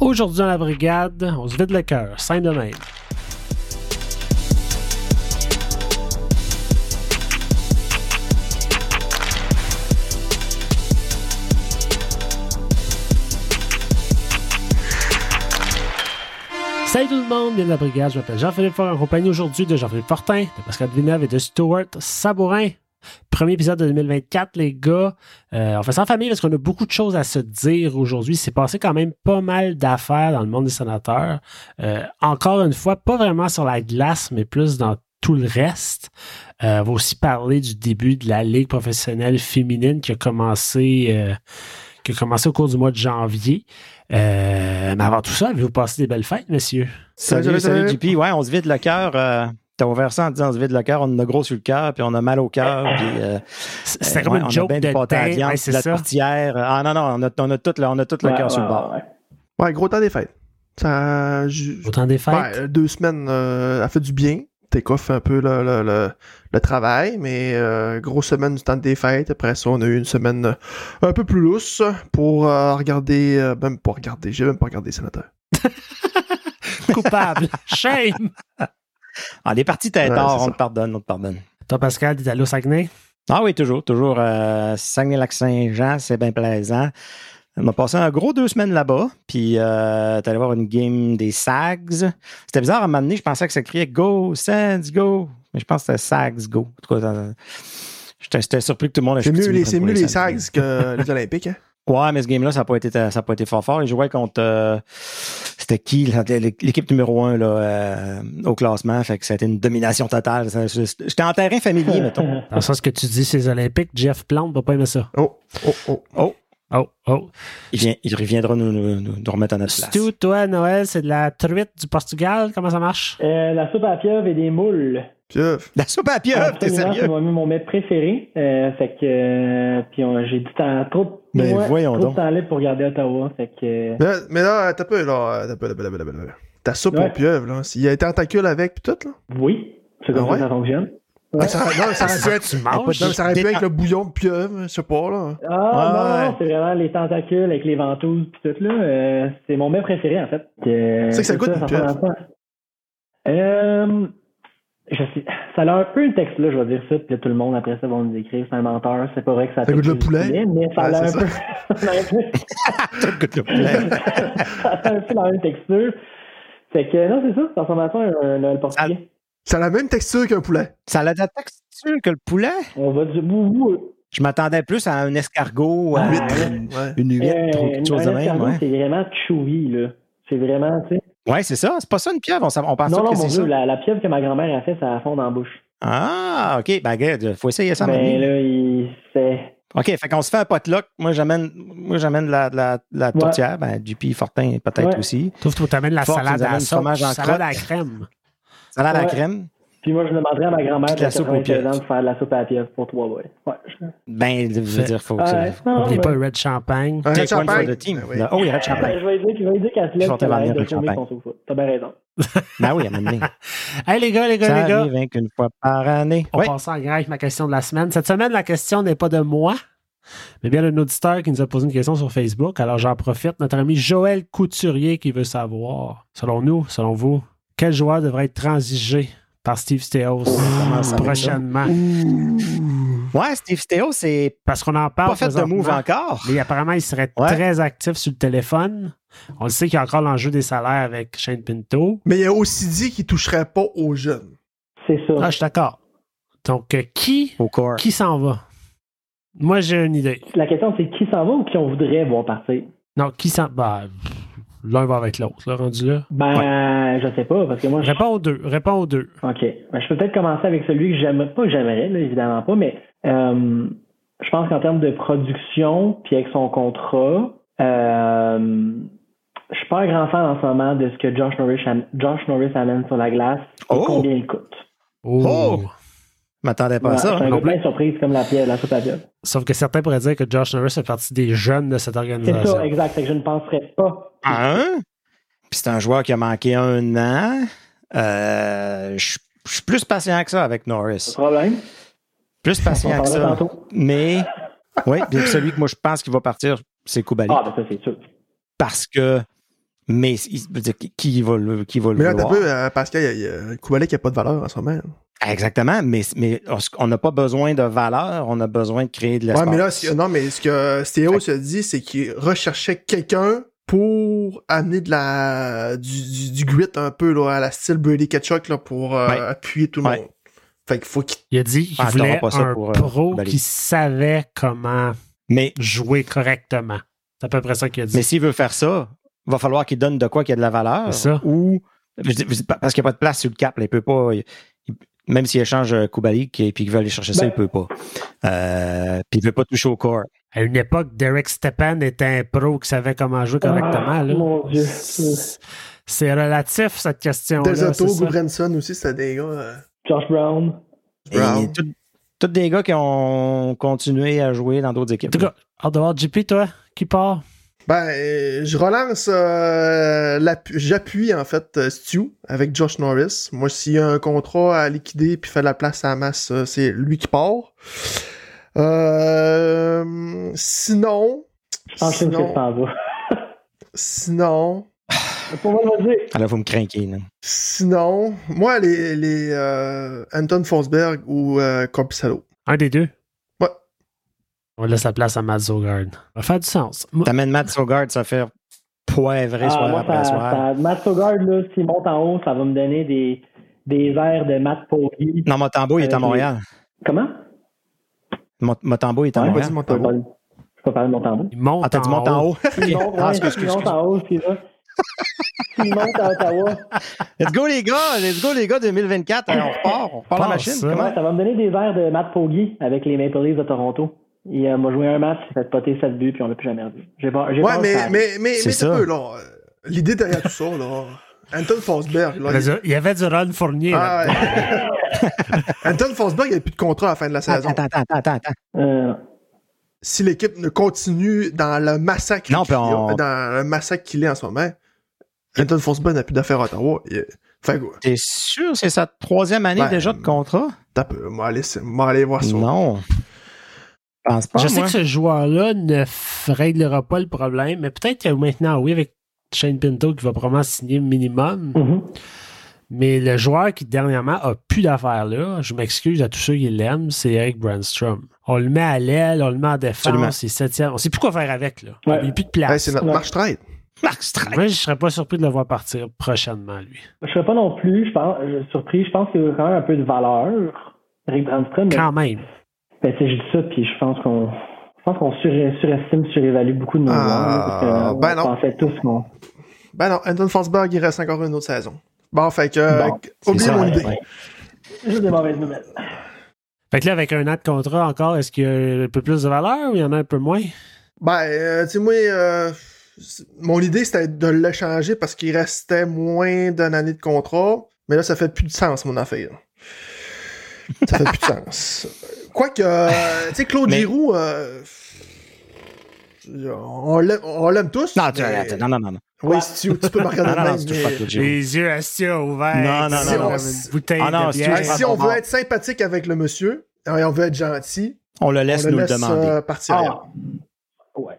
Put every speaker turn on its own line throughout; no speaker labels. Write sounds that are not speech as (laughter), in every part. Aujourd'hui dans la brigade, on se vide le cœur, simple de même. Salut tout le monde, bienvenue à la brigade. Je m'appelle Jean-Philippe Fort en compagnie aujourd'hui de Jean-Philippe Fortin, de Pascal Villeneuve et de Stuart Sabourin. Premier épisode de 2024, les gars. Euh, on fait ça en famille parce qu'on a beaucoup de choses à se dire aujourd'hui. C'est passé quand même pas mal d'affaires dans le monde des sénateurs. Euh, encore une fois, pas vraiment sur la glace, mais plus dans tout le reste. Euh, on va aussi parler du début de la Ligue professionnelle féminine qui a commencé, euh, qui a commencé au cours du mois de janvier. Euh, mais avant tout ça, avez-vous passé des belles fêtes, messieurs?
Salut,
Salut,
salut,
salut.
JP. Ouais, on se vide le cœur. euh, T'as ouvert ça en disant on se vide le cœur, on en a gros sur le cœur, puis on a mal au cœur, puis euh,
C'était
euh,
comme
ouais,
une
on
joke
a bien
de
du pâté à
temps.
viande,
Ouais,
de
c'est
la
ça.
tourtière. Ah non, non, on a, on a tout le, on a tout le
Ouais,
cœur sur le
ouais,
bord.
ouais.
Ouais, gros temps des fêtes. Ça, ju-
Autant des fêtes.
ben, deux semaines, euh, a fait du bien. T'écoffes un peu le, le, le, le travail, mais euh, grosse semaine du temps des fêtes. Après ça, on a eu une semaine euh, un peu plus lousse pour euh, regarder, euh, même pas regarder, j'ai même pas regardé Sénateur.
(laughs) Coupable. Shame.
Ah, les parties
Ouais,
tard,
c'est
on
ça.
te pardonne, on te pardonne.
Toi, Pascal, t'es allé au Saguenay?
Ah oui, toujours, toujours. Euh, Saguenay-Lac-Saint-Jean, c'est bien plaisant. On a passé un gros deux semaines là-bas, puis euh, t'es allé voir une game des Sags. C'était bizarre, à un moment donné, je pensais que ça criait « Go, Sags, go !» Mais je pense que c'était « Sags, go ». En tout cas, euh, j'étais j'étais surpris que tout le monde ait
C'est mieux
choisi
les,
pour
c'est mieux les
Sags.
Sags
(laughs)
que les Olympiques. Hein?
Ouais, mais ce game-là, ça n'a pas, été- ça a pas été fort fort. Ils jouaient contre. euh, C'était qui là, L'équipe numéro un là, euh, au classement. Fait que ça a été une domination totale. Ça- J'étais en terrain
(laughs)
familier, mettons.
Dans le sens que tu dis ces Olympiques, Jeff Plante va pas aimer ça.
Oh, oh, oh.
Oh, oh.
Il, vient, il reviendra nous, nous, nous- nous remettre à notre place. (laughs)
Stu, toi, Noël, c'est de la truite du Portugal. Comment ça marche?
Euh, la soupe à la pieuvre et des moules.
Pieuf.
La soupe à pieuvre, t'es
Absolument,
sérieux?
Ah, C'est mon, mon mets préféré. Euh, fait que, euh, puis on- j'ai du temps, trop, de-
Mais Ben, voyons
trop
donc.
de temps libre pour regarder Ottawa. Fait que, euh,
Mais, mais là, t'as peu, là, t'as peu, t'as peu, t'as peu, t'as peu. Ta soupe
Ouais.
aux pieuvres, là. Il a été en tacule avec, pis tout, là.
oui, c'est comme
Ah
ça
ouais?
que ça fonctionne.
Ah, ça, non, ça aurait pu être.
tu manges?
non, mais ça aurait pu être le bouillon de pieuvre, je sais pas, là.
Ah,
Ouais.
non, non, c'est vraiment les tentacules avec les ventouses pis tout là. Euh, c'est mon mets préféré en fait. Euh,
C'est que ça goûte une
ressemble à ça. Euh, je sais, ça a un peu une texte là, je vais dire ça, puis là, tout le monde après ça va nous écrire, c'est un menteur, c'est pas vrai que ça.
Ça goûte le
texte
poulet.
Mais ça
Ouais,
a un
c'est
peu. (laughs) ça a un peu- ça a un peu la même texture. Fait que non, c'est ça, ça ressemble à ça un- un- le portugais.
Ça a la même texture qu'un poulet.
(laughs) Ça a de la texture que le poulet.
On va du bout bout.
Je m'attendais plus à un escargot, à
Ah,
une-
Ouais.
une huître,
euh,
ou quelque chose de
un
même.
escargot,
Ouais,
C'est vraiment chewy, là. C'est vraiment, tu sais.
Ouais, c'est ça. C'est pas ça une pieuvre. On, s'en- on pense
Non,
tout
non,
que
mon
c'est
Dieu,
Ah, ça.
la, la pieuvre que ma grand-mère a fait, ça fond dans la bouche.
Ah, OK. Ben, regarde, faut essayer ça, mamie.
ben là, il c'est.
OK, fait qu'on se fait un potluck. Moi, j'amène moi j'amène de la, de la, de la tourtière. Ben, JP Fortin, peut-être
Ouais.
aussi.
Sauf que tu t'amènes la
Fort, tu
salade
nous
à la
amènes
sauce,
fromage en
salade à la
crotte.
crème.
Ça a l'air la
Ouais.
crème.
Puis moi, je demanderais à ma grand-mère
Puis
de
de la soupe aux
96
pieuvres.
ans de faire de la soupe à la pieuvre pour toi, ouais. Ouais. je-
Ben, je veux
Fait-
dire, faut que
Ah,
ça...
ouais. Non, non,
N'oublie
mais-
pas le red champagne.
Un
Take one for
champagne.
the team.
Ben oui.
Le- Oh, il y a de champagne.
Ben, Je vais dire, je vais dire qu'elle se lève,
Chantal
qu'elle
Varnier
arrête de
avec
tourner
champagne.
son sofa. T'as bien raison.
Ben oui, à un moment donné.
Hey les gars, les gars,
Ça
les gars.
arrive hein, qu'une fois par année.
On
Ouais.
passe en grève avec ma question de la semaine. Cette semaine, la question n'est pas de moi, mais bien d'un auditeur qui nous a posé une question sur Facebook. Alors j'en profite. Notre ami Joël Couturier qui veut savoir, selon nous, selon vous, quel joueur devrait être transigé par Steve Steos prochainement?
Ouais, Steve Stéo, c'est
Parce qu'on en parle.
pas fait de
présentement,
move encore.
Mais apparemment, il serait
Ouais.
très actif sur le téléphone. On le sait qu'il y a encore l'enjeu des salaires avec Shane Pinto.
Mais il a aussi dit qu'il toucherait pas aux jeunes.
C'est ça.
Ah, je suis d'accord. Donc, euh, qui,
Au corps.
qui s'en va? Moi, j'ai une idée.
La question, c'est qui s'en va ou qui on voudrait voir partir?
Non, qui s'en va? L'un va avec l'autre, là, rendu là.
Ben, je sais pas, parce que moi, je.
Réponds aux deux. Réponds aux deux.
OK. Ben, je peux peut-être commencer avec celui que j'aimerais, pas que j'aimerais, là, évidemment pas, mais euh, je pense qu'en termes de production, puis avec son contrat, euh, je suis pas un grand fan en ce moment de ce que Josh Norris, am- Josh Norris amène sur la glace et
Oh!
combien il coûte.
Oh!
Oh! Je m'attendais pas
Ouais,
à
c'est
ça.
un
hein.
peu plein de surprises comme la pierre, la soupe à la pieuvre.
Sauf que certains pourraient dire que Josh Norris fait partie des jeunes de cette
C'est
organisation.
ça, exact. Fait que je ne penserais pas.
Un. Puis c'est un joueur qui a manqué un an. Euh, je suis- je suis plus patient que ça avec Norris.
Problème.
Plus
On
patient que
parlera
ça.
tantôt.
Mais,
ben,
oui, puis celui que moi je pense qu'il va partir, c'est Koubaly.
Ah, ben ça, c'est sûr.
parce que Mais il- je veux dire, qui- qui va le, qui va le
Mais là, t'as
vouloir?
peu, euh, Pascal, il y a, il y a Koualek qui a pas de valeur en ce moment.
Exactement, mais, mais on n'a pas besoin de valeur, on a besoin de créer de
Ouais,
l'espace.
mais là, ce- non, mais ce que Stéo
Fait-
se dit, c'est qu'il recherchait quelqu'un pour amener de la du, du, du grit un peu là, à la style Brady Ketchuk là, pour euh,
Ouais.
appuyer tout le
Ouais.
monde. Fait qu'il faut qu'il.
Il a dit qu'il
Ah, t'auras
voulait
pas ça
un
pour, euh,
pro
balayer.
qui savait comment
mais,
jouer correctement. C'est à peu près ça qu'il a dit.
mais s'il veut faire ça, va falloir qu'il donne de quoi qu'il y a de la valeur.
C'est ça.
Ou, je dis- je dis pas- parce qu'il n'y a pas de place sur le cap, là, il peut pas. il- il- même s'il échange euh, Kubalik et puis qu'il veut aller chercher ça,
Ben-
il peut pas. Euh, puis il veut pas toucher au corps.
À une époque, Derek Stepan était un pro qui savait comment jouer correctement.
Ah,
là.
mon Dieu.
C'est c'est relatif, cette question-là.
Des
c'est
autos,
ça.
Goodranson aussi, c'était des gars. euh,
Josh Brown.
Et
Brown.
tout- Tous des gars qui ont continué à jouer dans d'autres équipes.
En tout cas, hors dehors, JP, toi, qui part?
Ben, euh, je relance, euh, l'app- j'appuie en fait euh, Stu avec Josh Norris. Moi, s'il y a un contrat à liquider puis faire de la place à la masse, euh, c'est lui qui part. Euh, sinon,
Je pense que c'est
Sinon-
ce t'en vas.
sinon,
Pour moi, vas-y.
Alors, vous me craquez. là.
sinon, moi, les, les euh, Anton Forsberg ou euh, Corpissalo.
Un des deux?
Ouais.
On laisse la place à Matt Zogard. Ça va faire du sens. Moi,
T'amènes Matt Sogard se faire poivrer
Ah,
soir
moi,
après
ça,
soir.
ça- Matt Sogard, là, s'il monte en haut, ça va me donner des, des airs de Matt Poggi.
Non, Motambo, il est à
Euh,
Montréal.
Comment?
Mot- Motambo, il est à
Ouais.
Montréal.
Pas dit
Je
Montembeau.
ne peux pas parler de
(laughs)
mon tambour.
il monte
Ah, t'as
en
dit monte en haut.
S'il monte,
(laughs) Ah,
ouais,
excuse,
s'il
excuse,
monte en haut, s'il va. (laughs) S'il monte à Ottawa,
Let's go, les gars! Let's go, les gars, 2024. Allez, on repart. On repart la
Pense,
machine.
ça.
Comment?
ouais, ça va me donner des airs de Matt Poggi avec les Maple Leafs de Toronto. Il euh, m'a joué un match, il s'est fait poter 7 buts, puis on l'a plus jamais revu. J'ai pas, j'ai
Ouais,
pas
mais,
ça.
mais, mais,
C'est
mais
ça.
un peu, là. euh, L'idée derrière tout ça, là. Anton Forsberg,
Il y
là.
avait du- il y avait du Ron Fournier.
Ah,
là.
ouais. (laughs) Anton Forsberg, il n'y a plus de contrat à la fin de la
Attends,
saison.
attends, attends, attends, attends.
Euh,
si l'équipe ne continue dans le massacre
Non,
qu'il
puis on-
y a- dans le massacre qu'il est en ce moment, Anton Forsberg n'a plus d'affaires à Ottawa. Il... Fait que,
T'es sûr que c'est sa troisième année
Ben,
déjà de contrat?
t'as peu, moi, allez, moi, allez voir ça.
Non. Je pense pas,
Je sais
moi.
que ce joueur-là ne f- réglera pas le problème, mais peut-être que maintenant, oui, avec Shane Pinto qui va probablement signer minimum,
mhm.
mais le joueur qui dernièrement a plus d'affaires là, je m'excuse à tous ceux qui l'aiment, c'est Eric Brandstrom. On le met à l'aile, on le met en défense,
Absolument.
il est septième. On sait plus quoi faire avec, là.
Ouais.
Il n'y a plus de place.
Hey, c'est notre
Ouais.
marche trade.
Marc Strach.
Moi, je serais pas surpris de le voir partir prochainement, lui.
Je serais pas non plus, je pense, je- surpris. Je pense qu'il y a quand même un peu de valeur. Eric Brandstrom, mais,
Quand même.
ben, tu sais, je dis ça, puis je pense qu'on je pense qu'on sur- surestime, surévalue beaucoup de nos
Ah,
joueurs. là, parce que, euh,
ben
on
non.
pensait tous qu'on.
Ben non, Anton Forsberg, il reste encore une autre saison. Bon, fait que,
Bon,
euh, oublie
C'est ça,
mon
ouais,
idée.
ouais.
Juste des mauvaises nouvelles.
Fait que là, avec un an de contrat encore, est-ce qu'il y a un peu plus de valeur ou il y en a un peu moins?
Ben, euh, tu sais, moi, euh, c'est- mon idée, c'était de l'échanger parce qu'il restait moins d'une année de contrat. Mais là, ça fait plus de sens, mon affaire. Ça fait plus
(laughs)
de sens. Quoique, euh, tu sais, Claude
Mais-
Giroux, euh, on l'aime on l'aime tous.
Non, tu-
mais-
attends, non, non, non. non.
Oui, si tu, tu peux me regarder
Non,
de
non, non,
même,
tu
mais-
touches pas à Claude Giroux.
Les yeux assis ouverts.
Non, non,
si
non,
on
non.
avait une bouteille
Ah, non,
de
si
bière.
Hey, si
pas
on
ton
veut
bord.
être sympathique avec le monsieur, euh, et on veut être gentil,
On le
on
laisse
le
nous
laisse
le demander.
euh, partir. ailleurs.
Ah, ouais.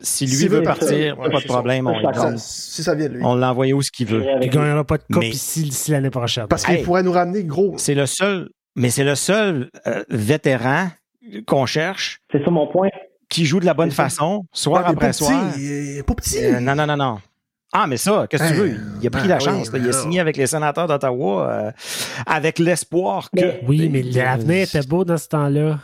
si lui
s'il
veut
veut
partir,
partir,
ouais,
pas
je
de
suis
problème.
sûr.
On,
Je suis d'accord.
le-
Ça- si ça vient de lui.
on l'envoie où ce qu'il veut.
Il
Avec lui.
gagnera pas de coupe
Mais-
ici d'ici l'année prochaine.
Parce qu'il
Hey.
pourrait nous ramener gros.
C'est le seul, mais c'est le seul euh, vétéran qu'on cherche
C'est ça mon point.
qui joue de la bonne façon, soir
Ouais, mais pas
après
petit,
soir.
il est pas petit.
Euh, non, non, non, non. Ah, mais ça, qu'est-ce que tu
Hey,
veux? Il a pris
ben
la
oui,
chance. là. Il a
mais
signé
là.
avec les sénateurs d'Ottawa euh, avec l'espoir que.
Ben
Ben,
oui, mais l'avenir était beau dans ce temps-là.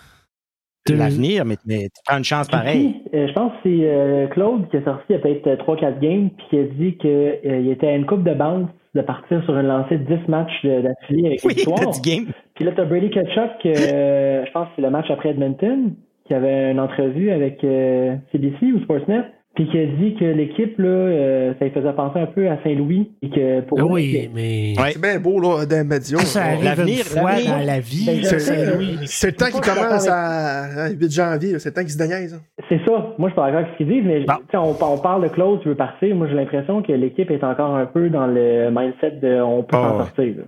Deux-
L'avenir, mais, mais tu prends une chance pareille.
Puis, euh, je pense que c'est euh, Claude qui a sorti il y a peut-être 3-4 games, puis qui a dit qu'il était à une coupe de bounce de partir sur une lancée de 10 matchs de- d'affilée avec
Oui,
une victoire.
petit game.
Puis là, t'as Brady Ketchuk, euh, je pense que c'est le match après Edmonton, qui avait une entrevue avec euh, CBC ou Sportsnet, puis qui a dit que l'équipe, là, euh, ça lui faisait penser un peu à Saint-Louis, et que pour
Ah
eux,
Oui, mais.
Ouais.
C'est bien beau, là, d'un média.
Ça
là.
arrive une
L'avenir-
fois
l'avenir-
dans la vie.
Ben,
ça,
je-
c'est- oui.
C'est le temps qu'il commence à à 8 janvier, là, c'est le temps qu'il se déniaise. hein.
c'est ça. Moi, je suis pas d'accord avec ce qu'ils disent, mais
Bon.
tu sais, on, on parle de Claude, tu veux partir. Moi, j'ai l'impression que l'équipe est encore un peu dans le mindset de on peut
Ah,
s'en
ouais.
sortir. là.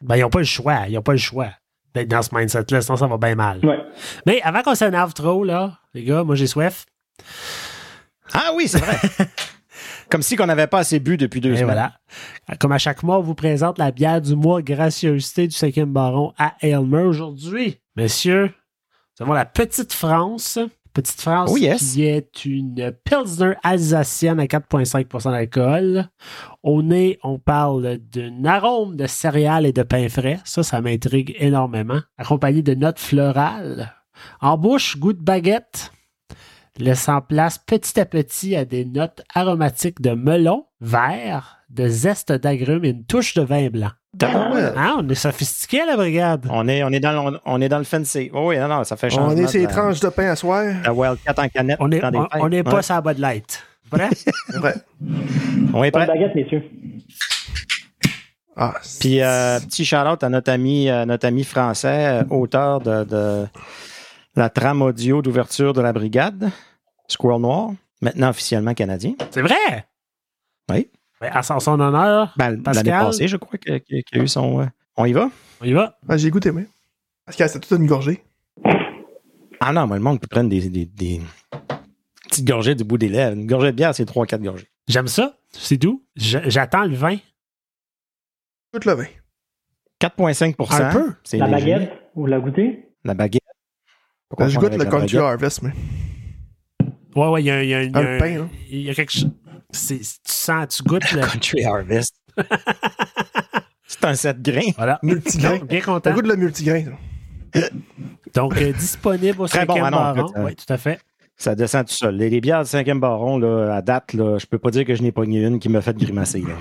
Ben, ils n'ont pas le choix. Ils n'ont pas le choix d'être dans ce mindset-là, sinon ça va bien mal.
Ouais.
Mais avant qu'on s'énerve trop, là, les gars, moi j'ai soif. (laughs)
Ah oui, c'est vrai. Comme si qu'on n'avait pas assez bu depuis deux
Et
semaines.
Ben voilà. Comme à chaque mois, on vous présente la bière du mois gracieuseté du 5e baron à Elmer. Aujourd'hui, messieurs, nous avons la Petite France. Petite France
Oh, yes.
qui est une Pilsner alsacienne à 4,5 d'alcool. Au nez, on parle d'un arôme de céréales et de pain frais. Ça, ça m'intrigue énormément. Accompagné de notes florales. En bouche, goût de baguette, laissant place petit à petit à des notes aromatiques de melon, vert, de zeste d'agrumes et une touche de vin blanc.
Euh.
Tabarouette.
Ah, on est sophistiqué à la brigade.
On est, on, est dans le, on est dans le fancy. Oh oui, non, non, ça fait changement.
On est ces
de la-
tranches de pain à soir.
La Wildcat en canette.
On n'est
dans des
on,
fêtes.
on est pas
Ouais.
sur la Bud Light. Prêt?
Ouais.
On est
Bonne
prêt.
baguette, messieurs.
Ah,
Puis, euh, petit shout-out à notre ami, euh, notre ami français, euh, auteur de, de la trame audio d'ouverture de la brigade, Squirrel Noir, maintenant officiellement canadien.
C'est vrai?
Oui.
Ben, à son, son honneur,
Ben, L'année
Pascal?
passée, je crois, que- que- qu'il y a eu son. euh, on y va?
on y va.
ah, j'ai goûté, mais. Parce que c'était toute une gorgée.
Ah non, moi, le monde peut prendre des, des- des petites gorgées du bout des lèvres. Une gorgée de bière, c'est 3-4 gorgées.
J'aime ça. C'est doux. Je- J'attends le vin.
Tout le vin.
4,5
Un peu.
C'est
La
léger.
baguette, vous la goûtez?
La baguette.
Ben, je
confondre
goûte
avec
le
la
country
baguette.
harvest, mais.
Ouais, ouais, il y a, il y a- il y a
Ah, le
hein?
pain, là.
Il y a quelque chose. c'est- Tu sens, tu goûtes
(laughs)
le.
Country Harvest. c'est un 7 grains.
Voilà.
Multigrain.
Bien
Le
content.
goût de la multigrain. ça.
Donc, euh, disponible au
Très
5e
bon, ah non,
baron.
écoute, euh,
Oui, tout à fait.
Ça descend tout seul. Les, les bières du cinquième baron, là, à date, là, je peux pas dire que je n'ai pogné une qui m'a fait grimacer. là.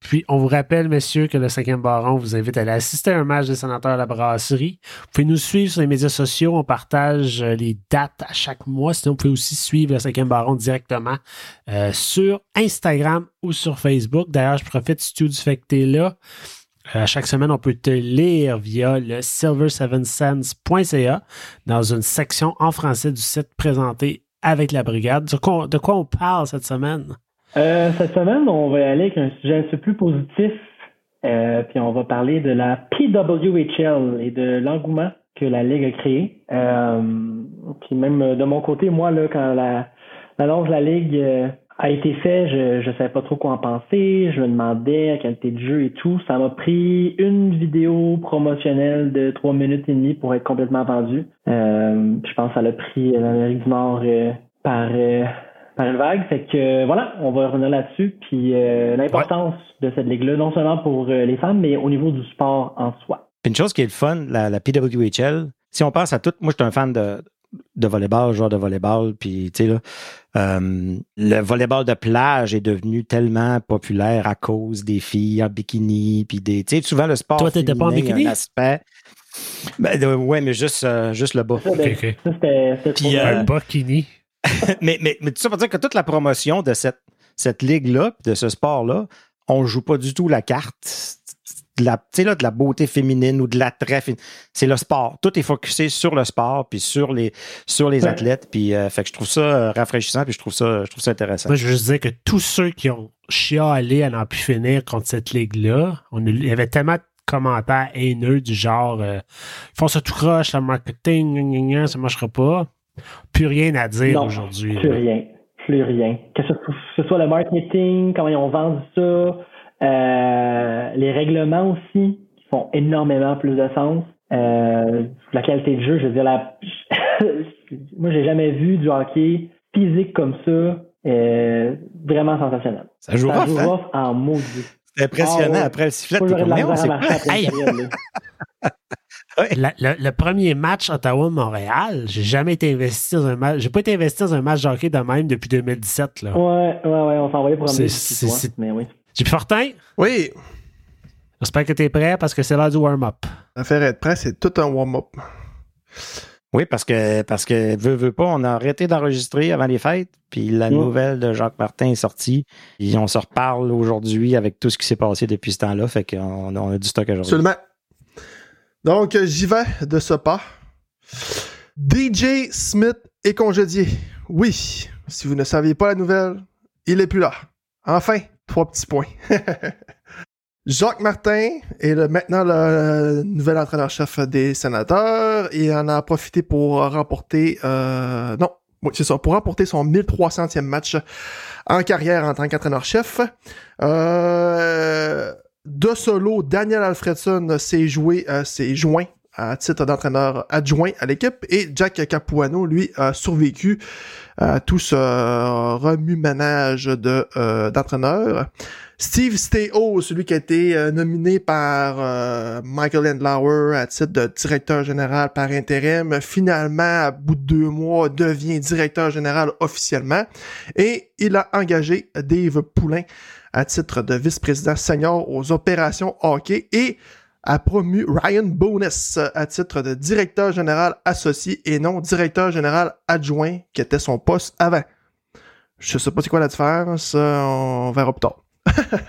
Puis, on vous rappelle, messieurs, que le 5e baron vous invite à aller assister à un match des sénateurs à la brasserie. Vous pouvez nous suivre sur les médias sociaux. On partage euh, les dates à chaque mois. Sinon, vous pouvez aussi suivre le 5e baron directement euh, sur Instagram ou sur Facebook. D'ailleurs, je profite, Stu, du fait que tu es là. Euh, chaque semaine, on peut te lire via le silver7sense.ca dans une section en français du site présenté avec la brigade. Sur quoi- de quoi on parle cette semaine?
Euh, cette semaine, on va aller avec un sujet un peu plus positif. Euh, puis on va parler de la PWHL et de l'engouement que la Ligue a créé. Euh, puis même euh, de mon côté, moi, là, quand la l'annonce de la Ligue euh, a été faite, je ne savais pas trop quoi en penser. Je me demandais la qualité de jeu et tout. Ça m'a pris une vidéo promotionnelle de trois minutes et demie pour être complètement vendu. Euh, puis je pense que ça l'a pris euh, l'Amérique du Nord euh, par... euh, par une vague. Fait que euh, voilà, on va revenir là-dessus. Puis euh, l'importance de cette ligue-là, non seulement pour euh, les femmes, mais au niveau du sport en soi.
Puis une chose qui est le fun, la, la PWHL, si on passe à tout, moi je suis un fan de, de volleyball, joueur de volleyball, puis tu sais là, euh, le volleyball de plage est devenu tellement populaire à cause des filles en bikini, puis des, tu sais souvent le sport
Toi, t'étais pas en
féminin a
bikini?
un aspect, ben, euh, ouais mais juste euh, juste le bas.
Ça, ben, ça, c'était c'était
Puis,
trop-
euh,
Un bikini.
mais, mais, mais tout ça pour dire que toute la promotion de cette, cette ligue-là, puis de ce sport-là, on joue pas du tout la carte de la, tu sais, là, de la beauté féminine ou de l'attrait féminin. C'est le sport. Tout est focusé sur le sport, puis sur les, sur les
Ouais.
athlètes. Puis, euh, fait que je trouve ça euh, rafraîchissant, puis je trouve ça, je trouve ça intéressant.
Moi, je veux juste dire que tous ceux qui ont chialé à n'en plus finir contre cette ligue-là, on, il y avait tellement de commentaires haineux du genre euh, Ils font ça tout croche, le marketing, gna, gna, gna, ça marchera pas. Plus rien à dire
Non,
aujourd'hui.
plus
là.
rien. Plus rien. Que ce, ce soit le marketing, comment ils ont vendu ça, euh, les règlements aussi, qui font énormément plus de sens. Euh, la qualité de jeu, je veux dire, la... (laughs) moi, j'ai jamais vu du hockey physique comme ça. euh, vraiment sensationnel.
Ça joue
Ça
rough,
joue
hein?
rough en maudit.
C'est impressionnant.
Ah ouais.
Après le sifflet,
Moi,
t'es
j'aurais de
comme,
la
Voyons,
misère à
c'est-
marcher après
Hey!
une période, là.
La- le, le premier match Ottawa-Montréal, j'ai jamais été investi dans un match. J'ai pas été investi dans un match de hockey de même depuis 2017. Là.
Ouais, ouais, ouais, on s'en va aller pour
C'est-
amener
c'est- c'est-
mais oui.
J'ai plus Fortin.
Oui,
J'espère que tu es prêt parce que c'est l'heure du warm-up.
l'affaire être prêt, c'est tout un warm-up.
Oui, parce que, parce que, veut, veut pas, on a arrêté d'enregistrer avant les fêtes, puis la
Mm.
nouvelle de Jacques Martin est sortie, et on se reparle aujourd'hui avec tout ce qui s'est passé depuis ce temps-là, fait qu'on on a du stock aujourd'hui.
Absolument. Donc, euh, j'y vais de ce pas. DJ Smith est congédié. Oui, si vous ne saviez pas la nouvelle, il est plus là. Enfin, trois petits points. (laughs) Jacques Martin est le- maintenant le nouvel entraîneur-chef des sénateurs et en a profité pour remporter... euh, non, Oui, c'est ça. Pour remporter son 1300e match en carrière en tant qu'entraîneur-chef. Euh, de solo, Daniel Alfredson s'est joué, euh, s'est joint à titre d'entraîneur adjoint à l'équipe et Jack Capuano, lui, a survécu à tout ce euh, remue-ménage de, euh, d'entraîneur. Steve Steo, celui qui a été euh, nominé par euh, Michael Endlauer à titre de directeur général par intérim, finalement, à bout de deux mois, devient directeur général officiellement. Et il a engagé Dave Poulain à titre de vice-président senior aux opérations hockey et a promu Ryan Bonus à titre de directeur général associé et non directeur général adjoint, qui était son poste avant. Je sais pas c'est quoi la différence, on verra plus tard. (laughs)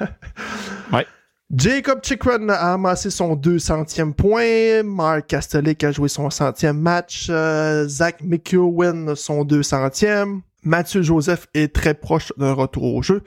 Ouais.
Jacob Chikrin a amassé son 200e point. Mark Kastelik a joué son 100e match. euh, Zach McEwen son 200e. Mathieu Joseph est très proche d'un retour au jeu.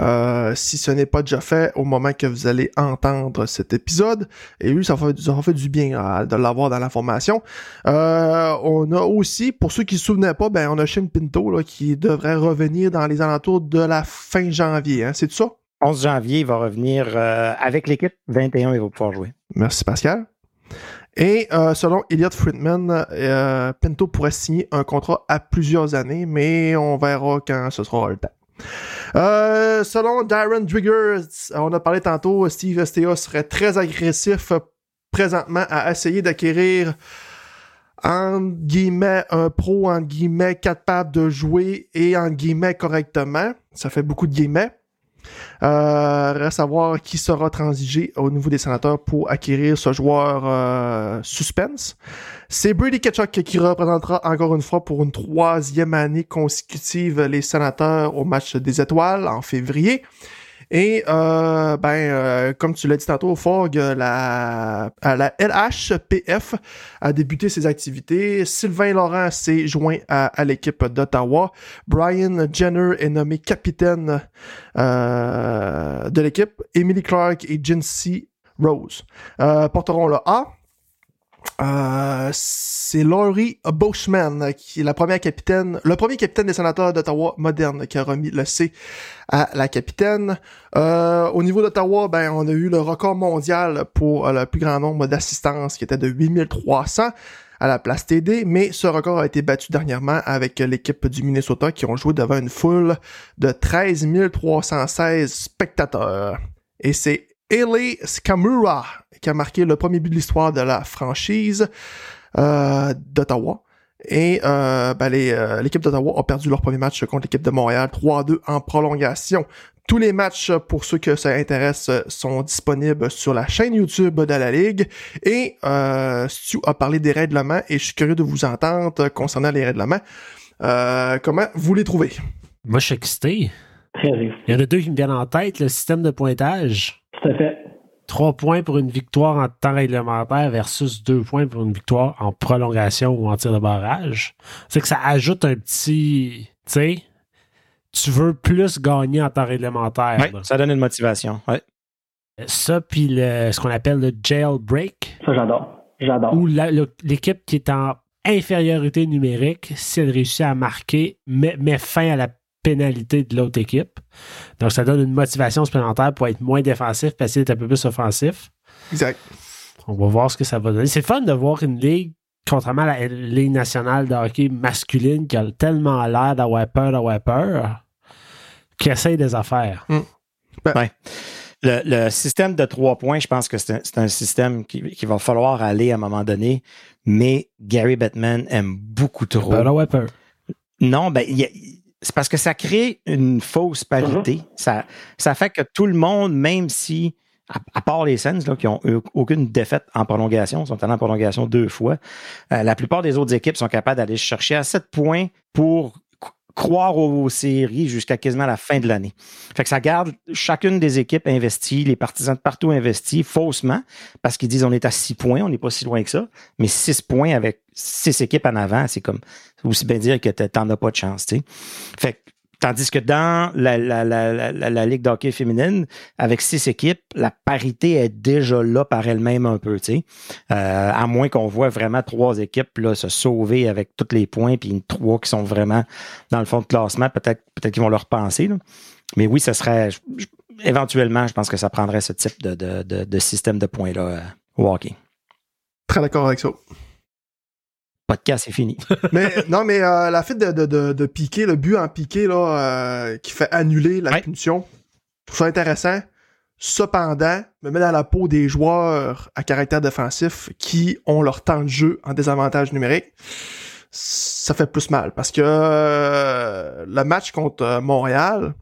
Euh, si ce n'est pas déjà fait au moment que vous allez entendre cet épisode. Et lui, ça fait, ça fait du bien euh, de l'avoir dans la formation. Euh, on a aussi, pour ceux qui se souvenaient pas, ben on a Shin Pinto là, qui devrait revenir dans les alentours de la fin janvier. Hein, C'est ça?
11 janvier, il va revenir euh, avec l'équipe. 21, il va pouvoir jouer.
Merci Pascal. Et euh, selon Elliot Friedman, euh, Pinto pourrait signer un contrat à plusieurs années, mais on verra quand ce sera le temps. Euh, selon Darren Drigger, on a parlé tantôt, Steve Estea serait très agressif euh, présentement à essayer d'acquérir entre guillemets un pro, entre guillemets capable de jouer et entre guillemets correctement. Ça fait beaucoup de guillemets. Euh, reste à voir qui sera transigé au niveau des sénateurs pour acquérir ce joueur euh, suspense. C'est Brady Ketchuk qui représentera encore une fois pour une troisième année consécutive les sénateurs au match des étoiles en février. Et euh, ben, euh, comme tu l'as dit tantôt, Forg, euh, la, à la LHPF a débuté ses activités. Sylvain Laurent s'est joint à, à l'équipe d'Ottawa. Brian Jenner est nommé capitaine euh, de l'équipe. Emily Clark et Jincy Rose euh, porteront le A. Euh, c'est Laurie Boschman qui est la première capitaine, le premier capitaine des sénateurs d'Ottawa moderne qui a remis le C à la capitaine. Euh, au niveau d'Ottawa, ben, on a eu le record mondial pour euh, le plus grand nombre d'assistances qui était de 8300 à la place TD, mais ce record a été battu dernièrement avec euh, l'équipe du Minnesota qui ont joué devant une foule de 13 316 spectateurs. Et c'est Ailey Skamura qui a marqué le premier but de l'histoire de la franchise euh, d'Ottawa. Et euh, ben, les, euh, l'équipe d'Ottawa a perdu leur premier match contre l'équipe de Montréal 3-2 en prolongation. Tous les matchs, pour ceux que ça intéresse, sont disponibles sur la chaîne YouTube de la Ligue. Et euh, Stu a parlé des règlements et je suis curieux de vous entendre concernant les règlements. Euh, comment vous les trouvez?
Moi, je suis excité.
Très réussi.
Il y en a deux qui me viennent en tête. Le système de pointage.
Tout à fait.
Trois points pour une victoire en temps réglementaire versus deux points pour une victoire en prolongation ou en tir de barrage. C'est que ça ajoute un petit... Tu sais, tu veux plus gagner en temps réglementaire.
Ouais,
là.
ça donne une motivation. Ouais.
Ça, puis le- ce qu'on appelle le jailbreak.
Ça, j'adore. J'adore.
où la- le- l'équipe qui est en infériorité numérique, si elle réussit à marquer, met, met fin à la pénalité de l'autre équipe. Donc, ça donne une motivation supplémentaire pour être moins défensif, parce qu'il est un peu plus offensif.
Exact.
On va voir ce que ça va donner. C'est fun de voir une ligue, contrairement à la ligue nationale de hockey masculine, qui a tellement l'air d'avoir peur, d'avoir peur, qui essaye des affaires.
Le, le système de trois points, je pense que c'est un, c'est un système qui, qui va falloir aller à un moment donné, mais Gary Bettman aime beaucoup trop.
Peur, d'avoir peur.
Non, ben, il y a- c'est parce que ça crée une fausse parité. ça, ça fait que tout le monde, même si, à, à part les Sens, là, qui ont eu aucune défaite en prolongation, sont allés en prolongation deux fois, euh, la plupart des autres équipes sont capables d'aller chercher à sept points pour cro- croire aux séries jusqu'à quasiment la fin de l'année. Fait que ça garde chacune des équipes investies, les partisans de partout investis faussement parce qu'ils disent on est à six points, on n'est pas si loin que ça, mais six points avec six équipes en avant, c'est comme c'est aussi bien dire que t'es- t'en as pas de chance, tu sais. Fait que Tandis que dans la, la, la, la Ligue d'hockey féminine, avec six équipes, la parité est déjà là par elle-même un peu, tu sais. Euh, à moins qu'on voit vraiment trois équipes là, se sauver avec tous les points, puis une, trois qui sont vraiment dans le fond de classement, peut-être peut-être qu'ils vont le repenser. Là. Mais oui, ce serait. Je, je, éventuellement, je pense que ça prendrait ce type de, de, de, de système de points-là euh, au hockey.
Très d'accord avec ça
podcast, c'est fini.
mais (laughs) non, mais euh, la fête de, de, de, de, piquer, le but en piqué là, euh, qui fait annuler la ouais. punition, je trouve ça intéressant. Cependant, me met dans la peau des joueurs à caractère défensif qui ont leur temps de jeu en désavantage numérique. Ça fait plus mal parce que euh, le match contre Montréal,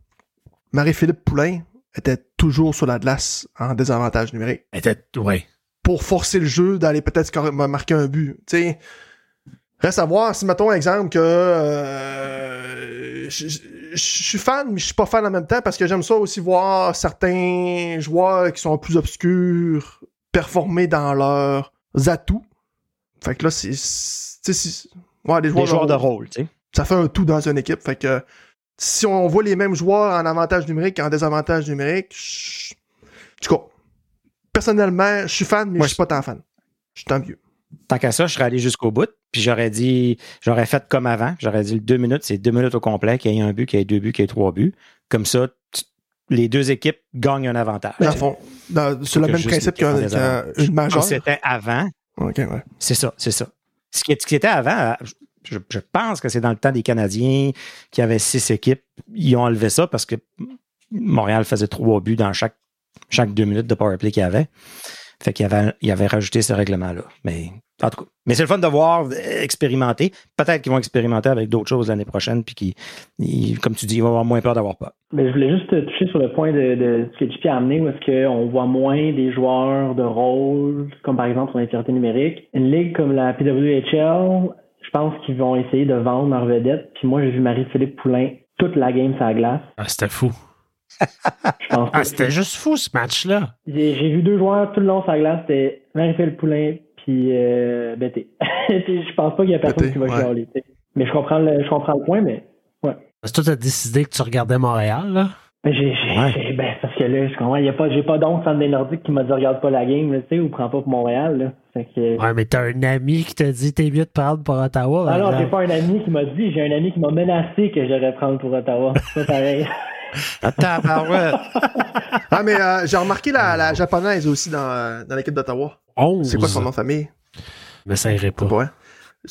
Marie-Philippe Poulain était toujours sur la glace en désavantage numérique.
Était, ouais.
Pour forcer le jeu d'aller peut-être marquer un but. Tu sais, Reste à voir si, mettons, exemple, que euh, je, je, je suis fan, mais je suis pas fan en même temps parce que j'aime ça aussi voir certains joueurs qui sont plus obscurs performer dans leurs atouts. Fait que là, c'est.
Ouais, les joueurs, les joueurs de rôle, tu sais.
Ça fait un tout dans une équipe. Fait que si on voit les mêmes joueurs en avantage numérique en désavantage numérique, je, du coup, personnellement, je suis fan, mais je suis pas tant fan. Je suis tant vieux.
Tant qu'à ça, je serais allé jusqu'au bout, puis j'aurais dit, j'aurais fait comme avant, j'aurais dit deux minutes, c'est deux minutes au complet, qu'il y ait un but, qu'il y ait deux buts, qu'il y ait trois buts. Comme ça, tu, les deux équipes gagnent un avantage.
Dans fond, c'est le même principe qu'une qu majeure.
C'était avant.
Okay, ouais.
C'est ça, c'est ça. Ce qui, ce qui, était avant, euh, je, je pense que c'est dans le temps des Canadiens qui avaient six équipes, ils ont enlevé ça parce que Montréal faisait trois buts dans chaque, chaque deux minutes de powerplay qu'il y avait. Fait qu'il avait, il avait rajouté ce règlement-là. Mais en tout cas, mais c'est le fun de voir expérimenter. Peut-être qu'ils vont expérimenter avec d'autres choses l'année prochaine, puis qu'ils, comme tu dis, ils vont avoir moins peur d'avoir peur.
Mais je voulais juste toucher sur le point de, de ce que JP a amené, où est-ce qu'on voit moins des joueurs de rôle, comme par exemple son intégrité numérique. Une ligue comme la PWHL, je pense qu'ils vont essayer de vendre leur vedette. Puis moi, j'ai vu Marie-Philippe Poulain toute la game sur la glace.
Ah, c'était fou. ah, c'était juste fou ce match-là.
J'ai vu deux joueurs tout le long sur la glace, c'était Marie-Philippe Poulain puis euh, Bété. (laughs) je pense pas qu'il y a personne Bété, qui va ouais. chialer. Mais je comprends, le, je comprends le point, mais ouais.
Parce que toi, t'as décidé que tu regardais Montréal, là?
Ben, j'ai, ouais. ben, parce que là, je comprends, y a pas, j'ai pas d'oncle des Nordiques qui m'a dit regarde pas la game, tu sais, ou prends pas pour Montréal, là. Fait que...
Ouais, Ah mais t'as un ami qui t'a dit t'es mieux de prendre pour Ottawa.
Alors, j'ai pas un ami qui m'a dit, j'ai un ami qui m'a menacé que j'allais prendre
(laughs)
pour Ottawa. C'est pareil.
Attends,
(laughs) ah, mais euh, j'ai remarqué la, la, japonaise aussi dans, dans l'équipe d'Ottawa. C'est quoi son nom de famille?
Mais ça irait pas.
Ouais.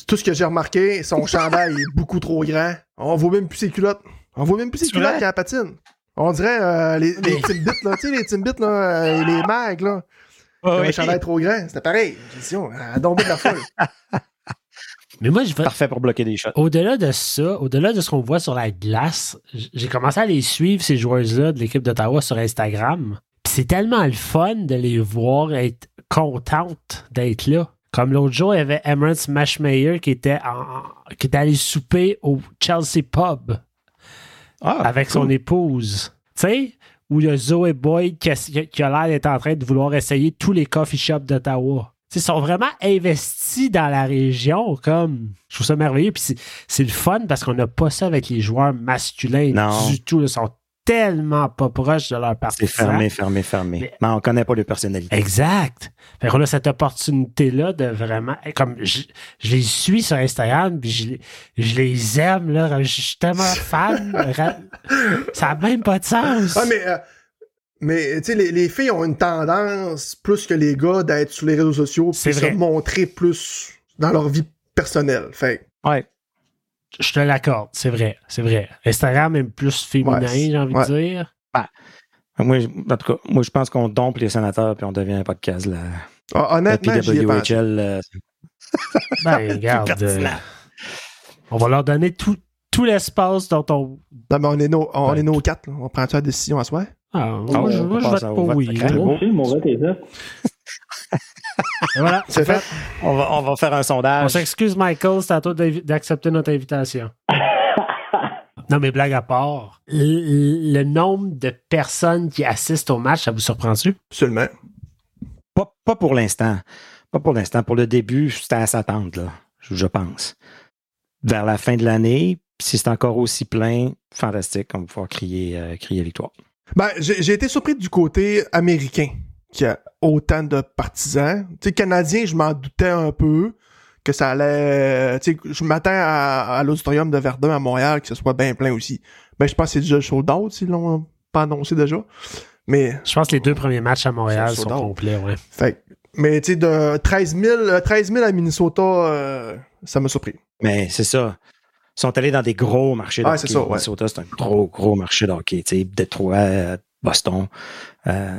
Tout ce que j'ai remarqué, son chandail est beaucoup trop grand. On voit même plus ses culottes. On voit même plus ses culottes qu'à la patine. On dirait euh, les, les Timbits, là. Tu sais, les Timbits, là, euh, les mags, là. Oh, oui. Le chandail trop grand. C'était pareil. oh, Question, à tomber de la foule.
Mais moi, je vais...
Parfait pour bloquer des shots.
Au-delà de ça, au-delà de ce qu'on voit sur la glace, j'ai commencé à les suivre, ces joueuses-là de l'équipe d'Ottawa sur Instagram. c'est tellement le fun de les voir être contentes d'être là. Comme l'autre jour, il y avait Emirates Mashmayer qui était, en... qui était allé souper au Chelsea Pub ah, avec cool. son épouse. Tu sais, où il y a Zoe Boyd qui a, qui a l'air d'être en train de vouloir essayer tous les coffee shops d'Ottawa ils sont vraiment investis dans la région. Comme, je trouve ça merveilleux. Puis c'est le fun parce qu'on n'a pas ça avec les joueurs masculins non. du tout. Ils sont tellement pas proches de leur partisans.
C'est fermé, fermé, fermé. Mais, Mais on connaît pas de personnalité.
Exact. Fait qu'on a cette opportunité-là de vraiment... eh, Comme je, je, les suis sur Instagram, puis je, je les aime, là. Je suis (laughs) tellement fan. ça n'a même pas de sens.
Ah, mais... Euh... Mais tu sais, les, les, filles ont une tendance, plus que les gars, d'être sur les réseaux sociaux puis se montrer plus dans leur vie personnelle. Fait.
Ouais. Je te l'accorde, c'est vrai, c'est vrai. Instagram est plus féminin, ouais, j'ai envie ouais. de dire.
Ouais. Moi, en tout cas, moi je pense qu'on dompe les sénateurs puis on devient un podcast là.
Ah, honnêtement, la
PWHL, euh...
(laughs) ben, regarde. euh, on va leur donner tout, tout l'espace dont on.
Non, mais on est nos, on est nos quatre. Là. On prend-tu la décision à soi?
Ah, moi, oh, je, moi, je vote pas vote, oui.
Mon vote est ça.
voilà,
c'est fait. On va, on va, faire un sondage.
On s'excuse, Michael, c'est à toi d'accepter notre invitation. non, mais blague à part, le, le, nombre de personnes qui assistent au match, ça vous surprend-tu?
Absolument.
Pas, pas pour l'instant. Pas pour l'instant. Pour le début, c'était à s'attendre, là, je pense. Vers la fin de l'année, Puis si c'est encore aussi plein, fantastique, on va pouvoir crier, euh, crier victoire.
Ben, j'ai été surpris du côté américain qui a autant de partisans. Tu sais, Canadien, je m'en doutais un peu que ça allait. Tu sais, je m'attends à, à l'auditorium de Verdun à Montréal que ce soit bien plein aussi. Ben, je pense que c'est déjà sold out, ils l'ont pas annoncé déjà. Mais.
Je pense que les deux premiers matchs à Montréal sont, complets, ouais.
Fait mais tu sais, de 13 000, 13 000 à Minnesota, euh, ça m'a surpris.
Mais c'est ça. Ils sont allés dans des gros marchés
ah, d'hockey.
Ouais. Minnesota, c'est un gros, gros marché d'hockey. Tu sais, Détroit, Boston. Euh,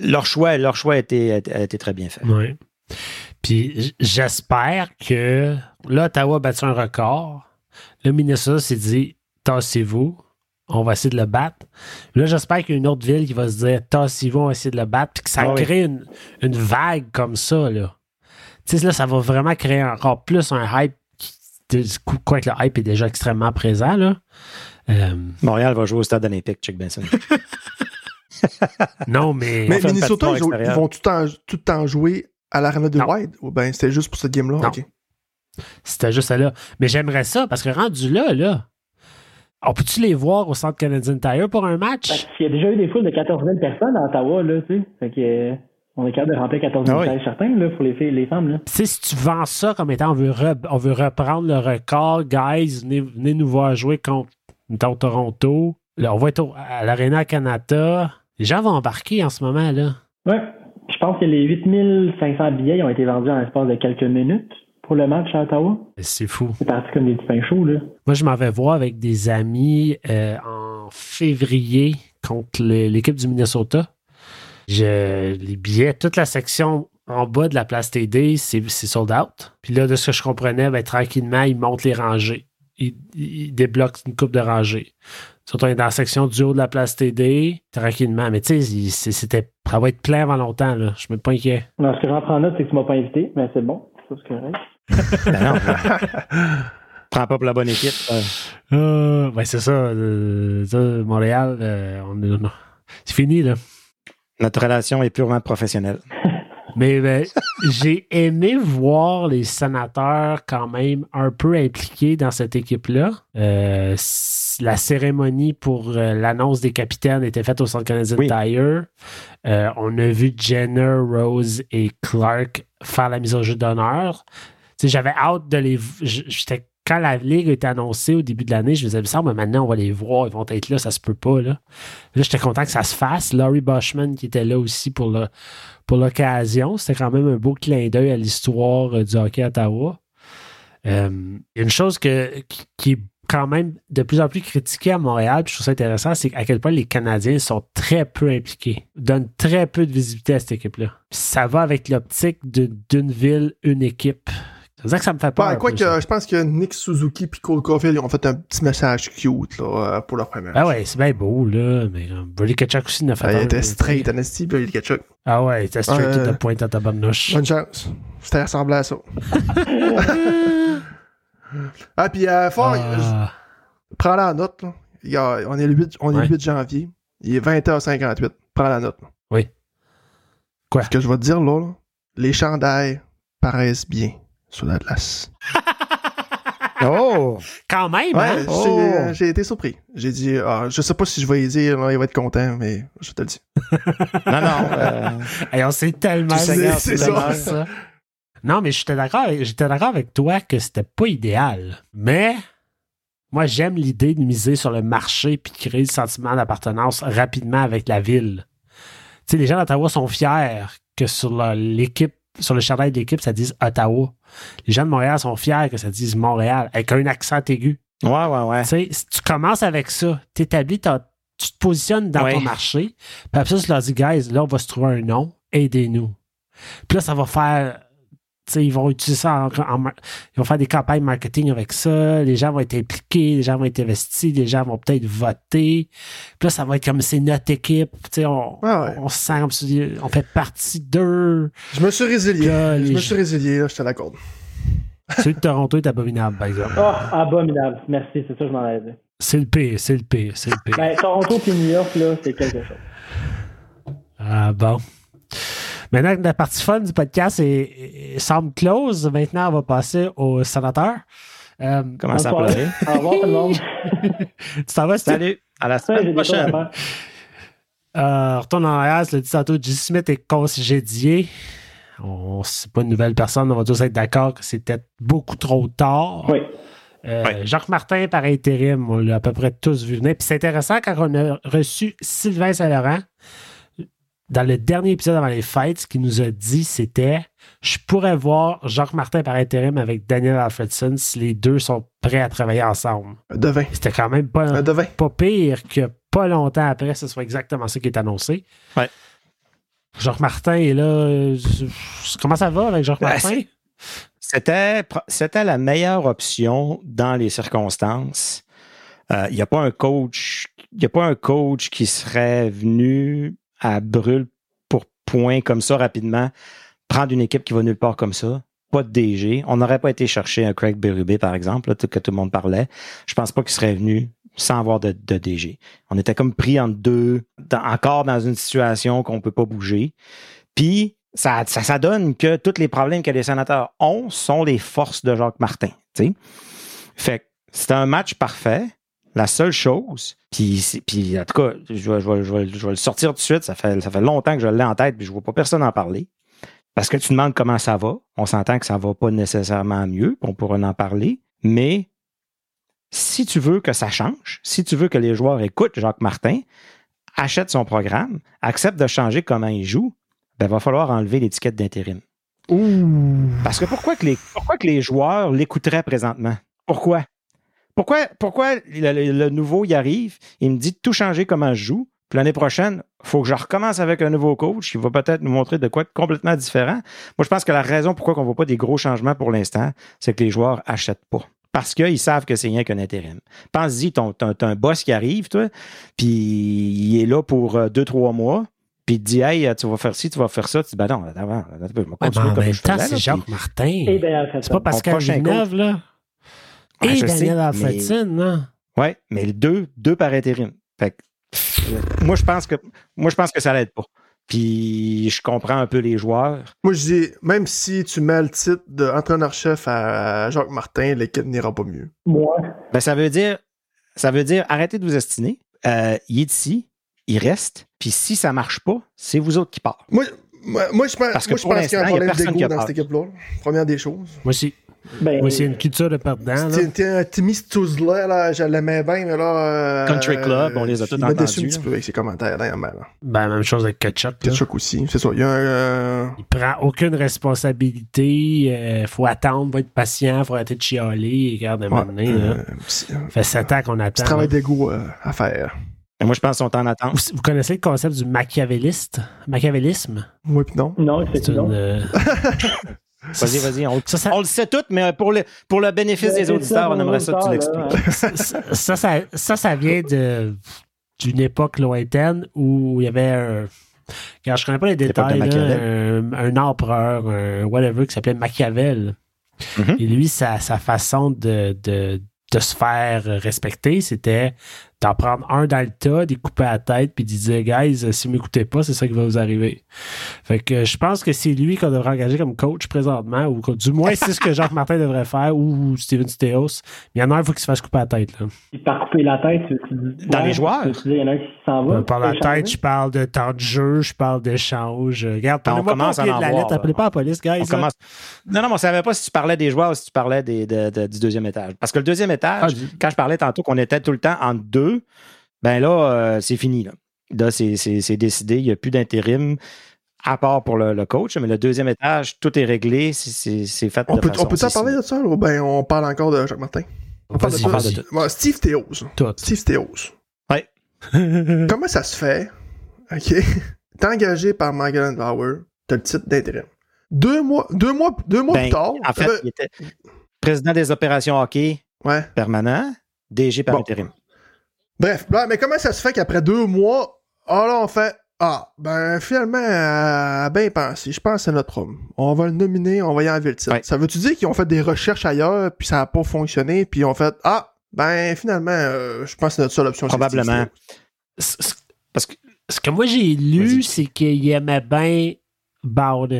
leur choix, leur choix a été, a été très bien fait.
Oui. Puis j'espère que là, Ottawa a battu un record. Le Minnesota s'est dit tassez-vous, on va essayer de le battre. Là, j'espère qu'il y a une autre ville qui va se dire tassez-vous, on va essayer de le battre, puis que ça oui. crée une, une, vague comme ça. Là. Tu sais, là, ça va vraiment créer encore plus un hype. Quoique le hype est déjà extrêmement présent. Là.
Euh... Montréal va jouer au stade olympique, check Benson.
non, mais.
(laughs) Mais Minnesota, ils, ils, vont tout le tout temps jouer à l'arena de non. Wide ou bien c'était juste pour cette game-là? Okay.
C'était juste là. Mais j'aimerais ça parce que rendu là, là, on peut-tu les voir au centre Canadian Tire pour un match?
Parce Il y a déjà eu des foules de 14 000 personnes à Ottawa, là, tu sais. Fait que. euh, On est capable de remplir 14
Ah
000 oui. certains là, pour les, les femmes. Là.
T'sais, si tu vends ça comme étant on veut, re, on veut reprendre le record, guys, venez, venez nous voir jouer contre dans Toronto. Là, on va être au, à l'Arena Canada. Les gens vont embarquer en ce moment. là.
Oui. Je pense que les 8500 billets ont été vendus en l'espace de quelques minutes pour le match à Ottawa.
C'est fou.
C'est parti comme des petits pains chauds. Là.
Moi, je m'en vais voir avec des amis euh, en février contre l'équipe du Minnesota. Je, les billets, toute la section en bas de la place TD, c'est sold out. Puis là, de ce que je comprenais, ben, tranquillement, ils montent les rangées. Ils, ils débloquent une coupe de rangées. Surtout dans la section du haut de la place TD, tranquillement. Mais tu sais, c'était, ça va être plein avant longtemps, là. Je me pas inquiet.
Non, ce que j'en prends note, c'est que tu m'as pas invité, mais c'est bon. C'est ce que
je ben non, ben, prends pas pour la bonne équipe.
Euh. Euh, ben c'est ça, euh, ça, Montréal, euh, c'est fini, là.
Notre relation est purement professionnelle.
Mais ben, j'ai aimé voir les sénateurs quand même un peu impliqués dans cette équipe-là. Euh, la cérémonie pour euh, l'annonce des capitaines était faite au Centre Canadien oui. Tire. Euh, on a vu Jenner, Rose et Clark faire la mise au jeu d'honneur. J'avais hâte de les... J'étais quand la Ligue est annoncée au début de l'année, je me disais, ça, mais maintenant, on va les voir, ils vont être là, ça se peut pas. Là, là j'étais content que ça se fasse. Laurie Bushman, qui était là aussi pour, le, pour l'occasion, c'était quand même un beau clin d'œil à l'histoire euh, du hockey à Ottawa. Euh, une chose que, qui est quand même de plus en plus critiquée à Montréal, puis je trouve ça intéressant, c'est à quel point les Canadiens sont très peu impliqués, donnent très peu de visibilité à cette équipe-là. Ça va avec l'optique d'une ville, une équipe. C'est ça que ça me fait peur.
Ouais, quoi que, euh, je pense que Nick Suzuki et Cole Caulfield ont fait un petit message cute là, euh, pour leur première.
Ah ouais, c'est bien beau, là. Mais Brady Ketchuk aussi n'a fait
ah, Il était straight, Anasty, Brady Ketchuk.
Ah ouais, il était straight euh, tout de pointe à ta bonne noche.
Bonne chance. C'était ressemblé à ça. (laughs) ah, puis euh, Fort, ah. prends la note. Là. Il y a, on est le 8, on est ouais. le 8 janvier. Il est 20h58. Prends la note. Là.
Oui. Quoi?
Ce que je vais te dire, là, là les chandails paraissent bien sur l'Atlas.
oh! Quand
Eh
même, ouais,
ben,
hein?
oh. J'ai été surpris. J'ai dit, ah, je sais pas si je vais y dire, il va être content, mais je te le dis.
non, non. Euh...
Et on s'est tellement
C'est ça. ça.
Non, mais j'étais d'accord, j'étais d'accord avec toi que c'était pas idéal. Mais moi, j'aime l'idée de miser sur le marché puis de créer le sentiment d'appartenance rapidement avec la ville. Tu sais, les gens d'Ottawa sont fiers que sur l'équipe sur le chandail de l'équipe, ça dise Ottawa. Les gens de Montréal sont fiers que ça dise Montréal, avec un accent aigu.
Ouais, ouais, ouais.
Tu sais, si tu commences avec ça, tu établis, tu te positionnes dans ouais. ton marché, puis après ça, tu leur dis, guys, là, on va se trouver un nom, aidez-nous. Puis là, ça va faire. Tu sais, ils vont utiliser ça en, en, Ils vont faire des campagnes marketing avec ça. Les gens vont être impliqués, les gens vont être investis, les gens vont peut-être voter. Puis là, ça va être comme c'est notre équipe. Tu sais, on,
ah ouais.
on se sent comme si on fait partie d'eux.
Je me suis résilié. Là, je me suis résilié, là, je te l'accorde.
Celui de Toronto est abominable, par exemple.
Oh, abominable. Merci, c'est ça, je m'en avais dit.
C'est le pire, c'est le pire, c'est le pire.
Ben, Toronto puis New York, là, c'est quelque chose.
Ah bon. Maintenant que la partie fun du podcast est, est, semble close, maintenant on va passer au sénateur. Euh,
Commence à pleurer.
Au revoir tout
(laughs)
le monde.
tu t'en vas, Steve?
Salut, à la
Ouais,
semaine
j'ai des choses à
prochaine.
faire.
Euh, retourne en arrière, le dit tantôt, J. Smith est congédié. On c'est pas une nouvelle personne, on va tous être d'accord que c'était beaucoup trop tard.
Oui.
Euh, Jacques Martin par intérim, on l'a à peu près tous vu venir. Puis c'est intéressant quand on a reçu Sylvain Saint-Laurent dans le dernier épisode avant les fêtes, ce qu'il nous a dit, c'était je pourrais voir Jacques Martin par intérim avec Daniel Alfredson si les deux sont prêts à travailler ensemble.
Un devin.
C'était quand même pas
Ah.
Un devin.
pas pire que pas longtemps après, ce soit exactement ça qui est annoncé.
Ouais.
Jacques Martin est là. euh, Comment ça va avec Jacques
Ah, Ouais,
Martin?
C'était, pro- c'était la meilleure option dans les circonstances. Euh, Il n'y a pas un coach, il y a pas un coach qui serait venu à brûle pour point comme ça rapidement, prendre une équipe qui va nulle part comme ça. Pas de DG. On n'aurait pas été chercher un Craig Berube, par exemple, là, tout- que tout le monde parlait. Je pense pas qu'il serait venu sans avoir de, de DG. On était comme pris entre deux, dans- encore dans une situation qu'on peut pas bouger. Puis, ça, ça, ça donne que tous les problèmes que les sénateurs ont sont les forces de Jacques Martin. tu sais. Fait que c'était un match parfait. La seule chose, puis, c'est- puis en tout cas, je vais, je vais- je vais- je vais le sortir tout de suite, ça fait, ça fait longtemps que je l'ai en tête, puis je vois pas personne en parler. Parce que tu demandes comment ça va, on s'entend que ça va pas nécessairement mieux, puis on pourra en parler, mais si tu veux que ça change, si tu veux que les joueurs écoutent Jacques Martin, achètent son programme, acceptent de changer comment il joue, ben, va falloir enlever l'étiquette d'intérim. Parce que pourquoi que les, pourquoi que les joueurs l'écouteraient présentement? Pourquoi? Pourquoi, pourquoi le, le- le nouveau y arrive, il me dit de tout changer comment je joue, puis l'année prochaine, faut que je recommence avec un nouveau coach qui va peut-être nous montrer de quoi de complètement différent. Moi, je pense que la raison pourquoi on ne voit pas des gros changements pour l'instant, c'est que les joueurs achètent pas. Parce qu'ils savent que c'est rien qu'un intérim. Pense-y, t'as t'as- t'as un boss qui arrive, toi, puis il est là pour euh, deux, trois mois, puis il te dit, hey, euh, tu vas faire ci, tu vas faire ça. Tu dis, ben non, attends, attends, attends, je vais
Ouais, mais
continuer
en
comme
même
ben, je
temps,
faisais,
c'est
là,
Jacques
puis-
Martin.
Et ben, Daniel Fredson.
C'est pas Pascal
prochain
Villeneuve, là.
Ouais,
Et
je sais,
Daniel
mais-
Alfredson, non?
Ouais, mais le deux, deux par intérim. Fait que, euh, moi, je pense que, moi, je pense que ça l'aide pas. Puis, je comprends un peu les joueurs.
Moi, je dis, même si tu mets le titre d'entraîneur-chef à Jacques Martin, l'équipe n'ira pas mieux.
Moi,
Ben, ça veut dire, ça veut dire, arrêtez de vous estiner. Euh, il est ici, il reste. Puis, si ça marche pas, c'est vous autres qui part.
Moi, moi, moi, je pense,
Parce que
moi, je
pour
pense qu'il y a
l'instant, il y
un
a
problème
personne qui
d'ego
a
dans
peur.
cette équipe-là. Première des choses.
Moi aussi.
ben,
Moi aussi, une culture de
Hein,
perdant. là.
T'es- t'es un Timmy Stouzla, là, je l'aimais bien, mais là. euh,
Country Club, on les a
je
tous
me déçus un
entendus,
petit
là.
peu avec ses commentaires dernièrement. là.
Ben, même chose avec Ketchup. là.
Ketchuk aussi, c'est ça. Il y a un. euh,
Il prend aucune responsabilité. euh, faut attendre, faut être patient, faut arrêter de chialer. Regarde, à un
ouais,
moment donné, là.
euh, petit- un
Ça fait sept ans qu'on
petit
attend.
travail
là.
d'ego euh, à faire.
Et Ben, moi, je pense qu'on t'en
(laughs)
attend.
Vous, vous connaissez le concept du machiavéliste? Machiavélisme?
Oui, puis non.
non, c'est
C'est
tout.
une,
non.
euh,
Vas-y, vas-y, on,
ça, ça-
on le sait tout, mais pour le, pour le bénéfice
Ben, C'est
des
ça,
auditeurs, on
mon
aimerait ça que tu
auditeur,
l'expliques.
là, hein.
ça, ça, ça, ça vient de, d'une époque lointaine où il y avait un. Quand je connais pas les
L'époque de
détails, là, un,
Machiavel.
un empereur, un whatever, qui s'appelait Machiavel.
Mhm.
Et lui, sa, sa façon de, de, de se faire respecter, c'était d'en prendre un dans le tas, d'y couper la tête, puis d'y dire, guys, si vous m'écoutez pas, c'est ça qui va vous arriver. Fait que euh, je pense que c'est lui qu'on devrait engager comme coach présentement, ou co- du moins c'est ce que Jacques Martin devrait faire, ou Steven Stéos. Mais il y en a un, il faut qu'il se fasse couper la tête. Là.
Puis Par couper la tête, tu, tu dis-
Dans les joueurs.
tu- tu dis, Il y en a un qui s'en va.
Euh, Ben, par la
ben,
tu peux
tête,
changer.
je parle de temps de jeu, je parle d'échange. Euh, Regarde,
Ben, on
prenez-moi
commence
pas au
à
pied
en
de la
voir,
lettre,
là.
appelez pas la police, guys.
On
là.
commence- Non, non, mais on ne savait pas si tu parlais des joueurs ou si tu parlais des- de- de- du deuxième étage. Parce que le deuxième étage,
Ah, du-
quand je parlais tantôt qu'on était tout le temps en deux, ben là, euh, c'est fini. Là, Là, c'est- c'est c'est décidé. Il n'y a plus d'intérim, à part pour le, le coach. Mais le deuxième étage, tout est réglé. c'est- C'est c'est fait
On
de
peut,
façon-
on peut
c'est-
en parler de ça, là, ou ben on parle encore de Jacques Martin? On parle de
Vas-y,
ça.
vas-y.
Ouais, Steve Théos.
Tout.
Steve Théos.
Puis
Comment ça se fait, OK, (laughs) t'es engagé par Michael Bauer, t'as le titre d'intérim. Deux mois, deux mois, deux mois
Ben,
plus tard,
En fait,
t'avais-
il était président des opérations hockey
ouais.
permanent, DG par
Bon.
intérim.
Bref, là, mais comment ça se fait qu'après deux mois, ah là, on fait Ah, ben finalement, à bien penser, je pense à notre homme. On va le nominer, on va y enlever le titre.
Ouais.
Ça veut-tu dire qu'ils ont fait des recherches ailleurs, puis ça n'a pas fonctionné, puis ils ont fait Ah, ben finalement, euh, je pense que notre seule option, c'est
Probablement.
Steve
c- c-
Parce que-
Ce que moi j'ai lu,
Vas-y.
c'est qu'il aimait bien Barnes.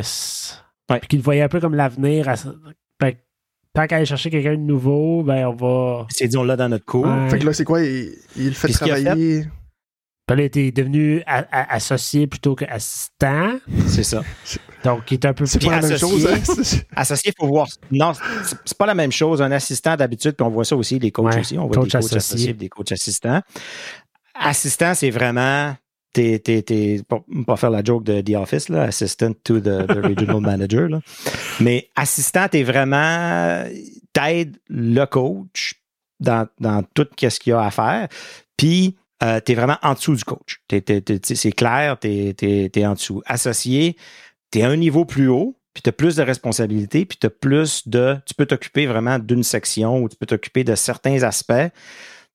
Ouais.
Puis qu'il le voyait un peu comme l'avenir. à- Fait que ben, tant qu'à aller chercher quelqu'un de nouveau, ben on va.
C'est dit, on l'a dans notre cours. Ouais.
Fait que là, c'est quoi? Il, il fait Puis travailler.
Ben là, il est devenu a a associé plutôt qu'assistant.
C'est ça.
Donc, il est un peu
plus... Pas associé, la même
(laughs)
chose, hein? associé, faut voir... Non, c'est pas la même chose. Un assistant, d'habitude, puis on voit ça aussi, les coachs ouais, aussi. On voit coach des coachs associés. associés des coachs assistants. Assistant, c'est vraiment... T'es, t'es, pour, pour, faire la joke de The Office, là, assistant to the, the regional manager. Là. Mais assistant, t'es vraiment... T'aides le coach dans, dans tout ce qu'il y a à faire. Puis... Euh, tu es vraiment en dessous du coach. c'est clair, tu es, es, es, en dessous. Associé, tu es un niveau plus haut, puis tu as plus de responsabilités, puis tu as plus de. Tu peux t'occuper vraiment d'une section ou tu peux t'occuper de certains aspects.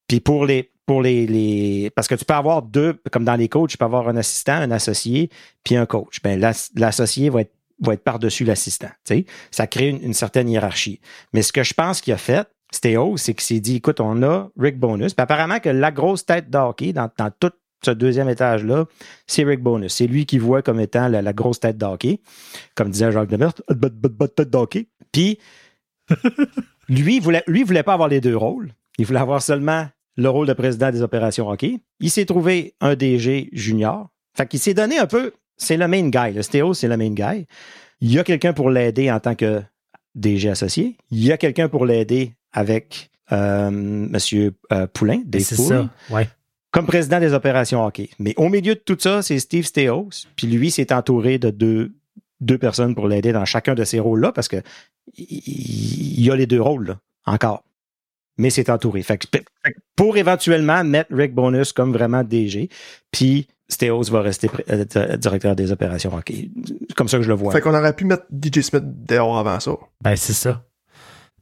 Puis pour les. Pour les, les, parce que tu peux avoir deux, comme dans les coachs, tu peux avoir un assistant, un associé, puis un coach. Ben, l'associé va être, va être par-dessus l'assistant. Ça crée une, une certaine hiérarchie. Mais ce que je pense qu'il a fait, Stéo, c'est qu'il s'est dit, écoute, on a Rick Bonus. Puis apparemment que la grosse tête d'hockey dans, dans, tout ce deuxième étage-là, c'est Rick Bonus. C'est lui qui voit comme étant la, la grosse tête d'hockey, comme disait Jacques euh, Demert, tête d'hockey. Puis lui, voulait, lui voulait pas avoir les deux rôles. Il voulait avoir seulement le rôle de président des opérations hockey. Il s'est trouvé un DG junior. Fait qu'il s'est donné un peu, c'est le main guy. Le Stéo, c'est le main guy. Il y a quelqu'un pour l'aider en tant que DG associé. Il y a quelqu'un pour l'aider avec euh, M. Euh, Poulain, des
ça, ouais.
comme président des opérations hockey. Mais au milieu de tout ça, c'est Steve Steos, puis lui s'est entouré de deux, deux personnes pour l'aider dans chacun de ces rôles-là, parce que il y, y, a les deux rôles, là, encore. Mais c'est entouré. Fait que, pour éventuellement mettre Rick Bonus comme vraiment DG, puis Stéos va rester euh, directeur des opérations hockey. Comme ça que je le vois.
Fait qu'on aurait pu mettre DJ Smith dehors avant ça.
Ben, c'est ça.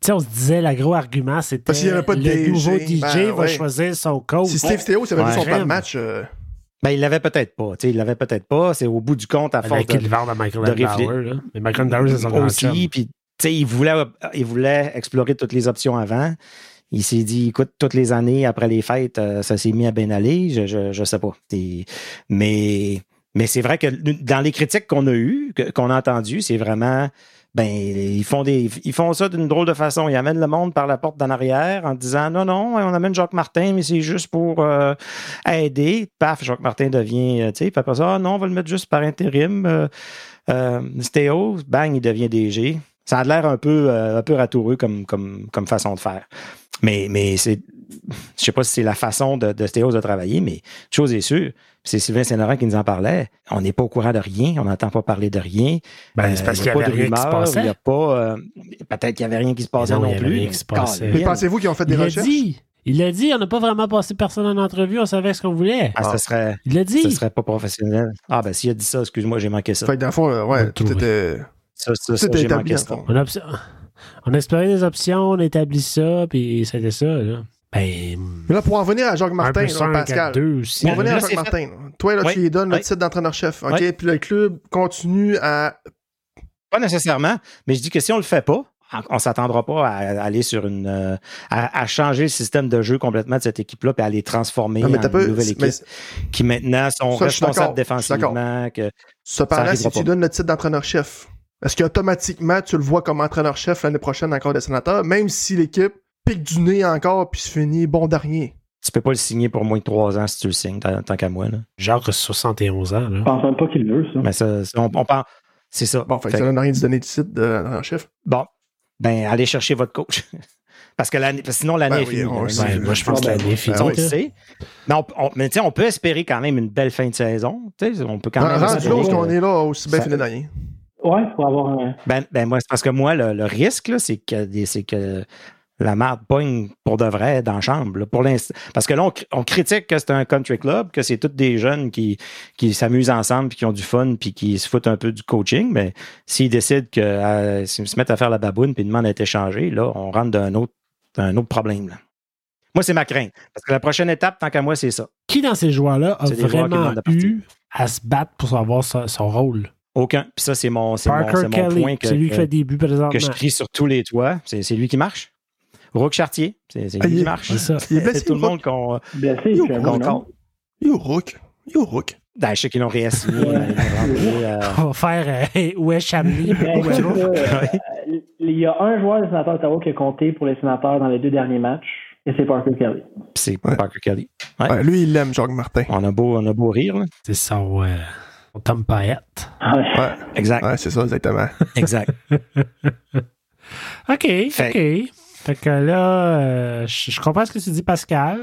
Tu sais, on se disait, l'agro argument, c'était le DG, nouveau DJ ben, va ouais. choisir son coach.
Si Steve Théo s'avait ouais. son plan de match... Euh...
Ben, il l'avait peut-être pas. Tu sais, il l'avait peut-être pas. C'est au bout du compte, à ben, force de...
qu'il vende à Michael Landauer, là. Mais Michael Landauer, c'est son
Aussi, puis tu sais, il voulait, il voulait explorer toutes les options avant. Il s'est dit, écoute, toutes les années, après les fêtes, euh, ça s'est mis à bien aller. Je, je, je sais pas. Et, mais... Mais c'est vrai que dans les critiques qu'on a eues, qu'on a entendues, c'est vraiment ben ils font des ils font ça d'une drôle de façon. Ils amènent le monde par la porte d'en arrière en disant non, non, on amène Jacques Martin, mais c'est juste pour euh, aider. Paf, Jacques Martin devient, tu sais, après ça, ah, non, on va le mettre juste par intérim. Euh, euh, Stéo, bang, il devient DG. Ça a l'air un peu, euh, un peu ratoureux comme, comme, comme façon de faire. Mais, mais c'est. Je sais pas si c'est la façon de, de Stéos de travailler, mais chose est sûre, c'est Sylvain Sénarin qui nous en parlait. On n'est pas au courant de rien, on n'entend pas parler de rien.
Ben, euh, c'est parce qu'il n'y a, qu a pas de
Il n'y a pas. euh, Peut-être qu'il n'y avait rien qui se passait non, non
Eh il y
plus.
Rien qui se passait.
Mais pensez-vous qu'ils ont fait des
il
recherches?
A dit, il a dit, on n'a pas vraiment passé personne en entrevue, on savait ce qu'on voulait.
Ah, ah, ça serait.
Il l'a dit.
Ça serait pas professionnel. Ah, ben, s'il a dit ça, excuse-moi, j'ai manqué ça.
Fait que dans le fond, euh, ouais, tout était.
Ça, ça, ça j'ai manqué ça.
On a... On explorait des options, on établit ça, puis c'était ça. Là. Ben,
mais là, pour en venir à Jacques Martin, là, Pascal.
Aussi,
pour en venir à Jacques Martin, là. toi, là, oui. tu lui donnes oui. le titre d'entraîneur-chef, OK? Oui. Puis le club continue à.
Pas nécessairement, mais je dis que si on le fait pas, on s'attendra pas à aller sur une. euh, À, à, changer le système de jeu complètement de cette équipe-là, puis à les transformer non, en une nouvelle équipe mais... qui maintenant sont ça, responsables défensivement. Que
Cependant, si pas. tu donnes le titre d'entraîneur-chef, est-ce qu'automatiquement, tu le vois comme entraîneur-chef l'année prochaine encore des sénateurs, même si l'équipe pique du nez encore puis se finit bon dernier?
Tu peux pas le signer pour moins de 3 ans si tu le signes, tant qu'à moi. Là.
Genre 71 ans. Là.
Ah,
Je pense même pas qu'il veut, ça.
Mais ça, on, on pense... C'est ça.
Bon, fait, fait que ça n'a rien de donner du titre d'entraîneur-chef.
Bon, ben allez chercher votre coach. (laughs) Parce que l'année, sinon l'année ben est
oui, finie. Ben, moi, je pense que l'année est finie. hein.
On le sait. Mais, on, on, mais on, peut espérer quand même une belle fin de saison. T'sais, on peut quand même.
Ah, qu'on est là aussi bien fini d'année.
Ouais, pour avoir un.
Ben, ben moi, c'est parce que moi, le, le risque, c'est que, que la marde pogne pour de vrai dans la chambre. Là, pour parce que là, on, on critique que c'est un country club, que c'est tous des jeunes qui, qui s'amusent ensemble, puis qui ont du fun, puis qui se foutent un peu du coaching. Mais s'ils décident que euh, s'ils se mettent à faire la baboune, puis demandent à être échangés, là, on rentre dans un autre, dans un autre problème. Là. Moi, c'est ma crainte. Parce que la prochaine étape, tant qu'à moi, c'est ça.
Qui dans ces joueurs-là a vraiment eu à se battre pour avoir son, son rôle?
Aucun. Puis ça, c'est mon, mon, mon, point que,
lui qui fait des buts présentement.
que je crie sur tous les toits. C'est lui qui marche. Rook Chartier, c'est lui ah, qui marche.
C'est
tout le monde qu'on.
Blessé, Yo,
Yo, Rook. Yo, Rook.
Ben, je sais qu'ils l'ont réassigné. euh,
(laughs)
(laughs)
euh... On va faire euh, Où est Chamley?
Ouais, Il y a un joueur des sénateurs d'Ottawa qui a compté pour les sénateurs dans les deux derniers matchs, et c'est Parker Kelly.
C'est Parker Kelly.
Ouais. Ouais, lui, il l'aime, Jacques Martin.
On a beau, on a beau rire. là.
C'est son, euh, son Tom Payette.
Ouais,
Exact.
ouais, c'est ça, exactement.
Exact.
OK,
Fait-
OK. Fait que là, euh, je, je comprends ce que tu dis, Pascal.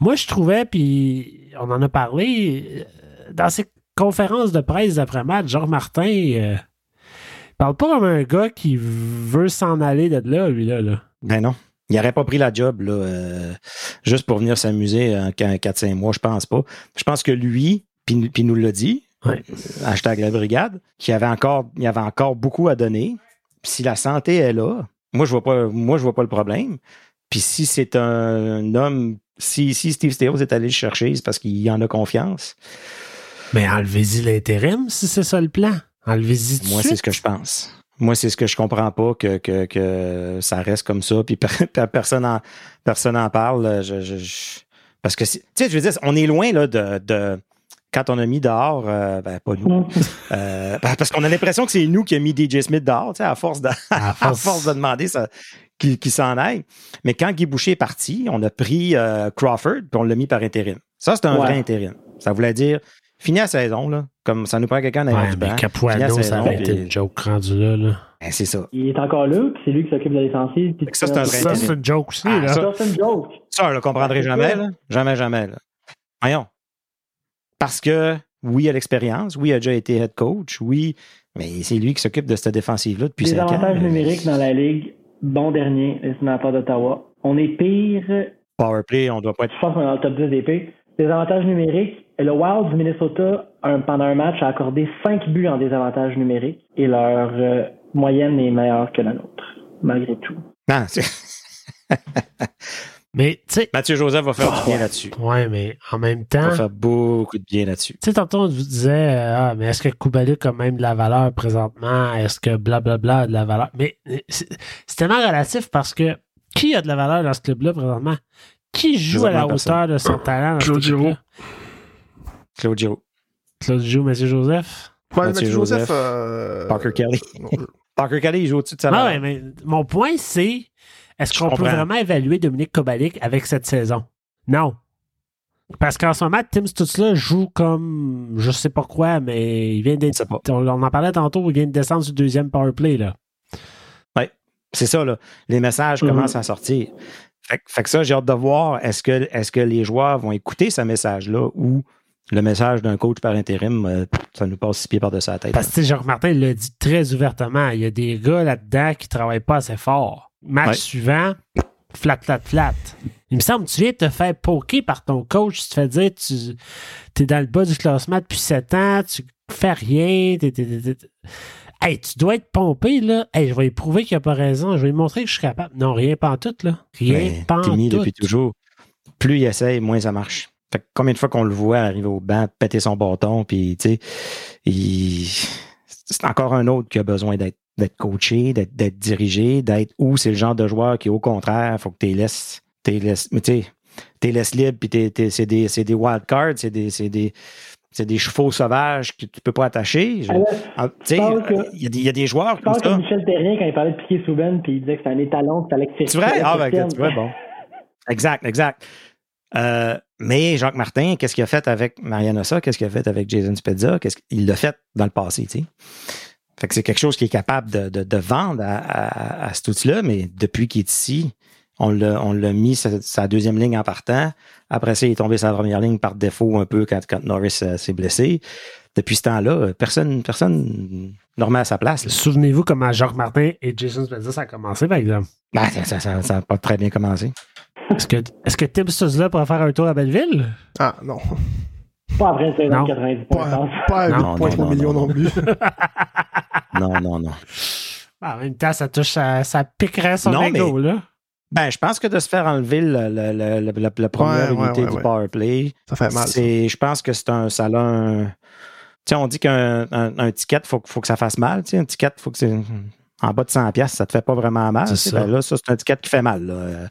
Moi, je trouvais, puis on en a parlé, euh, dans ses conférences de presse d'après-match, Jean Martin euh, parle pas comme un gars qui veut s'en aller de là, lui, là. là.
ben non. Il n'aurait pas pris la job, là, euh, juste pour venir s'amuser en 4-5 mois, je pense pas. Je pense que lui, puis nous- puis nous l'a dit,
Ouais.
hashtag la brigade, qui avait encore, il y avait encore beaucoup à donner. Puis si la santé est là, moi je vois pas, moi je vois pas le problème. Puis si c'est un homme, si, si Steve Steos est allé le chercher, c'est parce qu'il en a confiance.
Mais enlevez-y l'intérim si c'est ça le plan. Enlevez-y tout de
Moi, c'est
suite.
ce que je pense. Moi, c'est ce que je comprends pas que, que, que ça reste comme ça, puis per- (laughs) per- personne en, personne en parle. Je, je- je- parce que, si- tu sais, je veux dire, on est loin là, de, de- Quand on a mis dehors, euh, ben, pas nous, euh, ben, parce qu'on a l'impression que c'est nous qui a mis DJ Smith dehors, tu sais, à force de,
À
(laughs) à
force.
force de demander ça, qu'il qu'il s'en aille. Mais quand Guy Boucher est parti, on a pris euh, Crawford puis on l'a mis par intérim. Ça, c'est un
Ouais.
vrai intérim. Ça voulait dire fini la saison, là. Comme ça nous prend quelqu'un
Ouais,
d'ailleurs du
mais
banc. Fini
Capuano,
la
ça
saison,
aurait été
puis-
une joke rendue là. là.
Ben, c'est ça.
Il est encore là, puis c'est lui qui s'occupe de l'essentiel. puis
Fait que ça, Ah, c'est un
Ça,
vrai
c'est une joke aussi, là.
Ça, c'est une joke.
Ça, on le comprendrait jamais, là. Jamais, jamais, là. Voyons. Parce que, oui, il a l'expérience. Oui, il a déjà été head coach. Oui, mais c'est lui qui s'occupe de cette défensive-là depuis
Les
5 ans.
avantages numériques dans la Ligue, bon dernier, les sénateurs d'Ottawa. On est pire, je
Powerplay, on doit pas être.
pense qu'on est dans le top 10 des pires. Les avantages numériques, le Wild du Minnesota, un- pendant un match, a accordé 5 buts en désavantages numériques et leur euh, moyenne est meilleure que la nôtre, malgré tout.
Non, c'est- (laughs)
Mais, tu sais,
Mathieu Joseph va faire du bien là-dessus.
ouais, mais en même
Il
temps.
va faire beaucoup de bien là-dessus.
Tu sais, tantôt, on vous disait, euh, ah, mais est-ce que Kubalik a même de la valeur présentement? Est-ce que blablabla a de la valeur? Mais euh, c'est c'est tellement relatif parce que qui a de la valeur dans ce club-là présentement? Qui joue à la
Présentement, personne.
hauteur de son talent? dans ce
Claude
club-là?
Giroux.
Claude Giroux,
Claude Giroux, Monsieur Joseph.
Ouais,
Mathieu
Mathieu Joseph.
Joseph,
euh,
Parker Kelly.
non,
Parker Kelly, il joue au-dessus de sa
Ah
valeur.
ouais, mais mon point, c'est est-ce
Je
qu'on peut
comprends.
vraiment évaluer Dominique Kubalik avec cette saison? Non. Parce qu'en ce moment, Tim Stutzla joue comme je sais pas quoi, mais il vient
Je sais
d'être.
pas.
On, on en parlait tantôt, il vient de descendre du deuxième power play, là.
C'est ça, là. Les messages
Mhm.
commencent à sortir. Fait, que- fait que ça, j'ai hâte de voir, est-ce que, est que les joueurs vont écouter ce message-là ou le message d'un coach par intérim, euh, ça nous passe six pieds par-dessus la tête.
Parce que tu sais, Jacques Martin l'a dit très ouvertement. Il y a des gars là-dedans qui travaillent pas assez fort. Match
Ouais.
suivant, flat, flat, flat. Il me semble que tu viens de te faire poker par ton coach. Tu te fais dire tu es dans le bas du classement depuis 7 ans, tu fais rien. t'es- t'es- t'es- t'es- Hey, tu dois être pompé, là. Hey, je vais lui prouver qu'il a pas raison. Je vais lui montrer que je suis capable. Non, rien pas en tout, là. Rien
Mais
pas en
Timmy,
tout.
Ben, depuis toujours, plus il essaye, moins ça marche. Fait que combien de fois qu'on le voit arriver au banc, péter son bâton, puis tu sais, il- c'est encore un autre qui a besoin d'être d'être coaché, d'être d'être dirigé, d'être où c'est le genre de joueur qui, au contraire, faut que tu les laisses, t'es laisses, mais tu sais, t'es laisses libres, puis t'es- t'es- c'est des, c'est des wild cards, c'est des, c'est des, c'est des chevaux sauvages que tu peux pas attacher. Je-
Alors,
ah, tu sais,
parles que-
il y, a des- il y a des joueurs
je
comme
pense que
ça.
Michel Terrien, quand il parlait de Piquet Souben, puis il disait que c'était un étalon, que fallait que
C'est vrai? Ah, ben, tu vois, bon. Exact, exact. Euh, mais Jacques Martin, qu'est-ce qu'il a fait avec Marianne Ossa? Qu'est-ce qu'il a fait avec Jason Spezza? Qu'est-ce qu'il l'a fait dans le passé, tu sais? Fait que c'est quelque chose qui est capable de, de- de vendre à, à, à cet outil-là, mais depuis qu'il est ici, on l'a, on l'a mis sa, sa deuxième ligne en partant. Après ça, il est tombé sa première ligne par défaut un peu quand, quand Norris euh, s'est blessé. Depuis ce temps-là, euh, personne, personne ne remet à sa place. là.
Souvenez-vous comment Jacques Martin et Jason Spezza, ça a commencé, par exemple.
Ben, ça n'a ça, ça a pas très bien commencé.
Est-ce que, est-ce que Tim Stutzla pourrait faire un tour à Belleville?
(laughs) Ah, non.
Pas après une saison
Non.
de 90 points, je
Pas,
pense.
pas à
Non,
8,3
non,
millions
non,
non, plus.
Non, non, non.
Ah, en même temps, ça touche, à- ça piquerait son
Non,
ego, là.
Ben, je pense que de se faire enlever le- le- le- le- la, la première
Ouais, ouais,
unité
ouais,
du
ouais.
powerplay,
Ça fait mal. ça.
c'est, je pense que c'est un salon. Tu sais, on dit qu'un un, un ticket, faut, que- faut que ça fasse mal. Tu sais, un ticket, faut que c'est en bas de 100 pièces, ça te fait pas vraiment mal.
C'est
tu sais.
ça.
Ben là, ça c'est un ticket qui fait mal. là. Euh,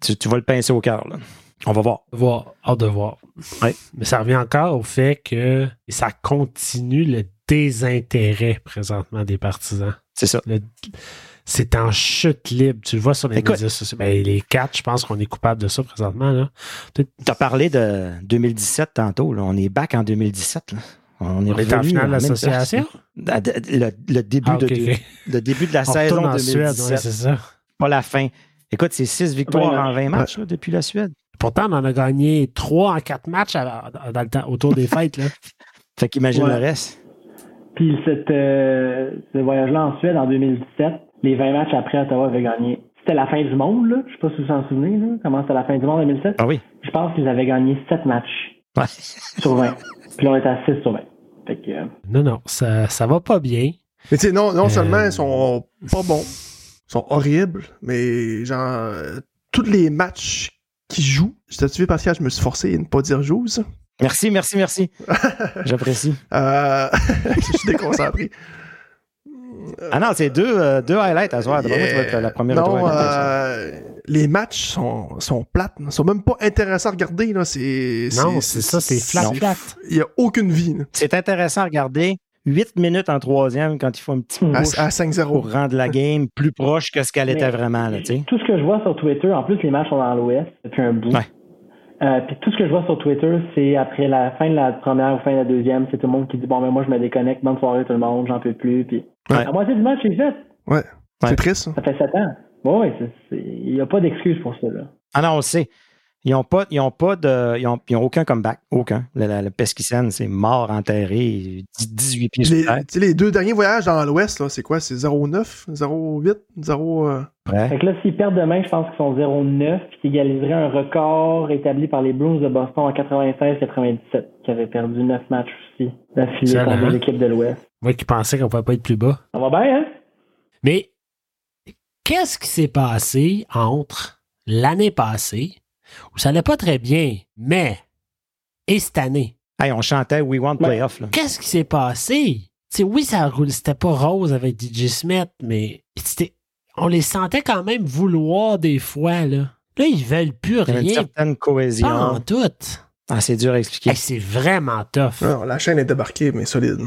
Tu, tu vas le pincer au cœur. là. On va voir.
Voir, hors de voir.
Ouais.
Mais ça revient encore au fait que ça continue le désintérêt présentement des partisans.
C'est ça.
Le- c'est en chute libre. Tu le vois sur les
Écoute.
médias sociaux. Ben, les quatre, je pense qu'on est coupable de ça présentement. Là. Peut-être-
Tu as parlé de 2017 tantôt. là. On est back en 2017. là. On est,
On est en
revenu
finale de
hein, même place.
l'association?
Ah, de- de- Le, le début
Ah, ok,
de,
ok.
le début de la
On
saison
retourne en
2017,
Suède, ouais, c'est ça.
pas la fin. Écoute, c'est 6 victoires
Ouais,
en 20 matchs là, depuis la Suède.
Pourtant, on en a gagné trois en quatre matchs à- dans le temps- autour des fêtes. Là.
Fait qu'imagine
Ouais.
le reste.
Puis cette, euh, ce voyage-là en Suède en 2017, les 20 matchs après Ottawa avait gagné. C'était la fin du monde, là. Je sais pas si vous vous en souvenez, là, comment c'était la fin du monde en 2007.
Ah oui.
Je pense qu'ils avaient gagné 7 matchs
Ouais.
sur 20. Puis là, on est à 6 sur 20. Fait que, euh,
Non, non, ça, ça va pas bien.
Mais tu sais, non, non
Euh,
seulement ils sont pas bons, ils sont horribles, mais genre, euh, tous les matchs qu'ils jouent, j'étais tué parce que je me suis forcé à ne pas dire joues.
Merci, merci, merci. J'apprécie.
Euh, (laughs) je
(laughs)
suis déconcentré.
Ah non, c'est deux, euh, deux highlights à soir. D'après moi,
Yeah.
tu vas être la première à
non,
trouver un intéressant.
euh, les matchs sont, sont plates, ils sont même pas intéressants à regarder. Là. C'est,
Non, c'est ça, c'est flat, flat.
Il n'y a aucune vie là.
C'est intéressant à regarder. 8 minutes en troisième quand il faut un petit
Hmm.
à,
push
à 5-0.
pour rendre la game plus proche que ce qu'elle était
Mais-
vraiment. Là, tu sais.
tout ce que je vois sur Twitter, en plus, les matchs sont dans l'Ouest depuis un bout.
Ouais.
Euh, puis tout ce que je vois sur Twitter, c'est après la fin de la première ou fin de la deuxième, c'est tout le monde qui dit Bon, mais moi, je me déconnecte, bonne soirée tout le monde, j'en peux plus. Puis
Ouais.
la moitié du match est fait.
Ouais.
C'est triste. hein.
Ça fait 7 ans. Oui, il n'y a pas d'excuse pour ça. Là.
Ah non, on le sait. Ils n'ont pas, ils ont pas de. Ils ont, ils ont aucun comeback. Aucun. Le, le, le Peskisen, c'est mort, enterré, 18 pieds
Les,
sous terre.
tu sais, les deux derniers voyages dans l'Ouest, là, c'est quoi? C'est 0-9, 0-8, 0... euh,
Prêt.
Fait que là, s'ils perdent demain, je pense qu'ils sont 0-9, puis qu'ils égaliseraient un record établi par les Blues de Boston en 96-97, qui avaient perdu 9 matchs aussi d'affilée
Ça, là,
contre
hein?
les équipes de l'Ouest.
Moi qui pensais qu'on pouvait pas être plus bas.
Ça va bien, hein?
Mais qu'est-ce qui s'est passé entre l'année passée, où ça allait pas très bien, mais et cette année?
Hey, on chantait We Want
Ouais.
Playoff. Là.
Qu'est-ce qui s'est passé? Tu sais, oui, ça roule, c'était pas rose avec DJ Smith, mais c'était- on les sentait quand même vouloir des fois, là. Là, ils veulent plus
Il y avait une
rien,
certaine
pas en
cohésion.
tout.
Ah, c'est dur à expliquer.
Hey, c'est vraiment tough.
non, la chaîne est débarquée, mais solide.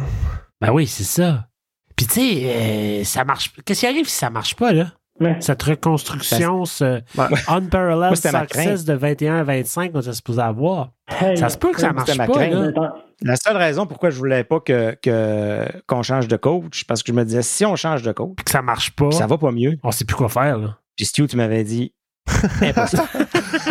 Ben oui, c'est ça. Puis tu sais, euh, ça marche. Qu'est-ce qui arrive si ça marche pas, là?
Ouais.
Cette reconstruction, ce
Ouais.
unparalleled
Moi, c'était ma
success de 21 à 25 qu'on était supposé avoir.
Hey,
Ça se peut que ça hein,
Moi,
marche
c'était ma
pas,
crainte.
là.
attends,
La seule raison pourquoi je voulais pas que, que- qu'on change de coach, parce que je me disais, si on change de coach,
Puis que ça marche pas,
ça va pas mieux.
on sait plus quoi faire, là.
Puis Stu, tu m'avais dit, impossible.
(laughs)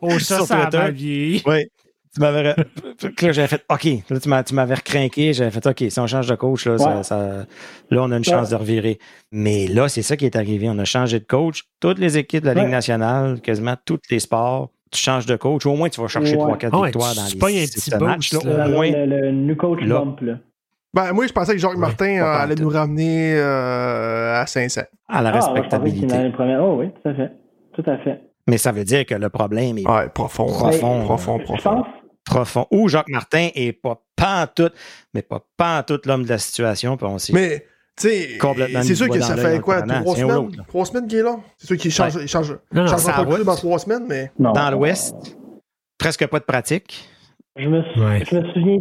Oh, ça,
Sur
ça a
Twitter.
mal vieilli.
oui. Tu m'avais. re- (laughs) Fait que Là, j'avais fait, OK. Là, tu m'as- tu m'avais recrinqué. J'avais fait, OK, si on change de coach, là, ça-
Ouais.
ça- là on a une chance de revirer. Mais là, c'est ça qui est arrivé. On a changé de coach. Toutes les équipes de la Ligue
Ouais.
nationale, quasiment tous les sports, tu changes de coach. Au moins, tu vas chercher
Ouais.
3-4
Ouais,
victoires
tu-
dans
tu
les
pognes un
six
petit boost,
matchs. là,
là.
au moins,
le, le new coach
Là.
bump, là.
Ben, moi, je pensais que Jacques
pas
Martin euh,
pantoute.
allait nous ramener euh, à 500.
à la
Ah, moi, je pensais que c'était
respectabilité.
l'année première. Oh oui, tout à fait. Tout à fait.
Mais ça veut dire que le problème est
Ouais, profond.
Profond.
Profond,
Je
profond.
pense,
profond. Ou Jacques Martin est pas pantoute, mais pas pantoute l'homme de la situation. Puis on s'est-
Mais, tu sais,
Complètement
c'est sûr
mis le
que
doigt
ça
dans
fait
l'œil,
quoi,
en parlant,
trois
c'est un ou
semaines?
l'autre, là.
Trois semaines qu'il est là? C'est sûr qu'il change, il change,
Non, non,
change
ça
pas
roule.
plus dans trois semaines, mais
non.
dans l'Ouest, presque pas de pratique.
Je me, sou-
Ouais.
je me souviens.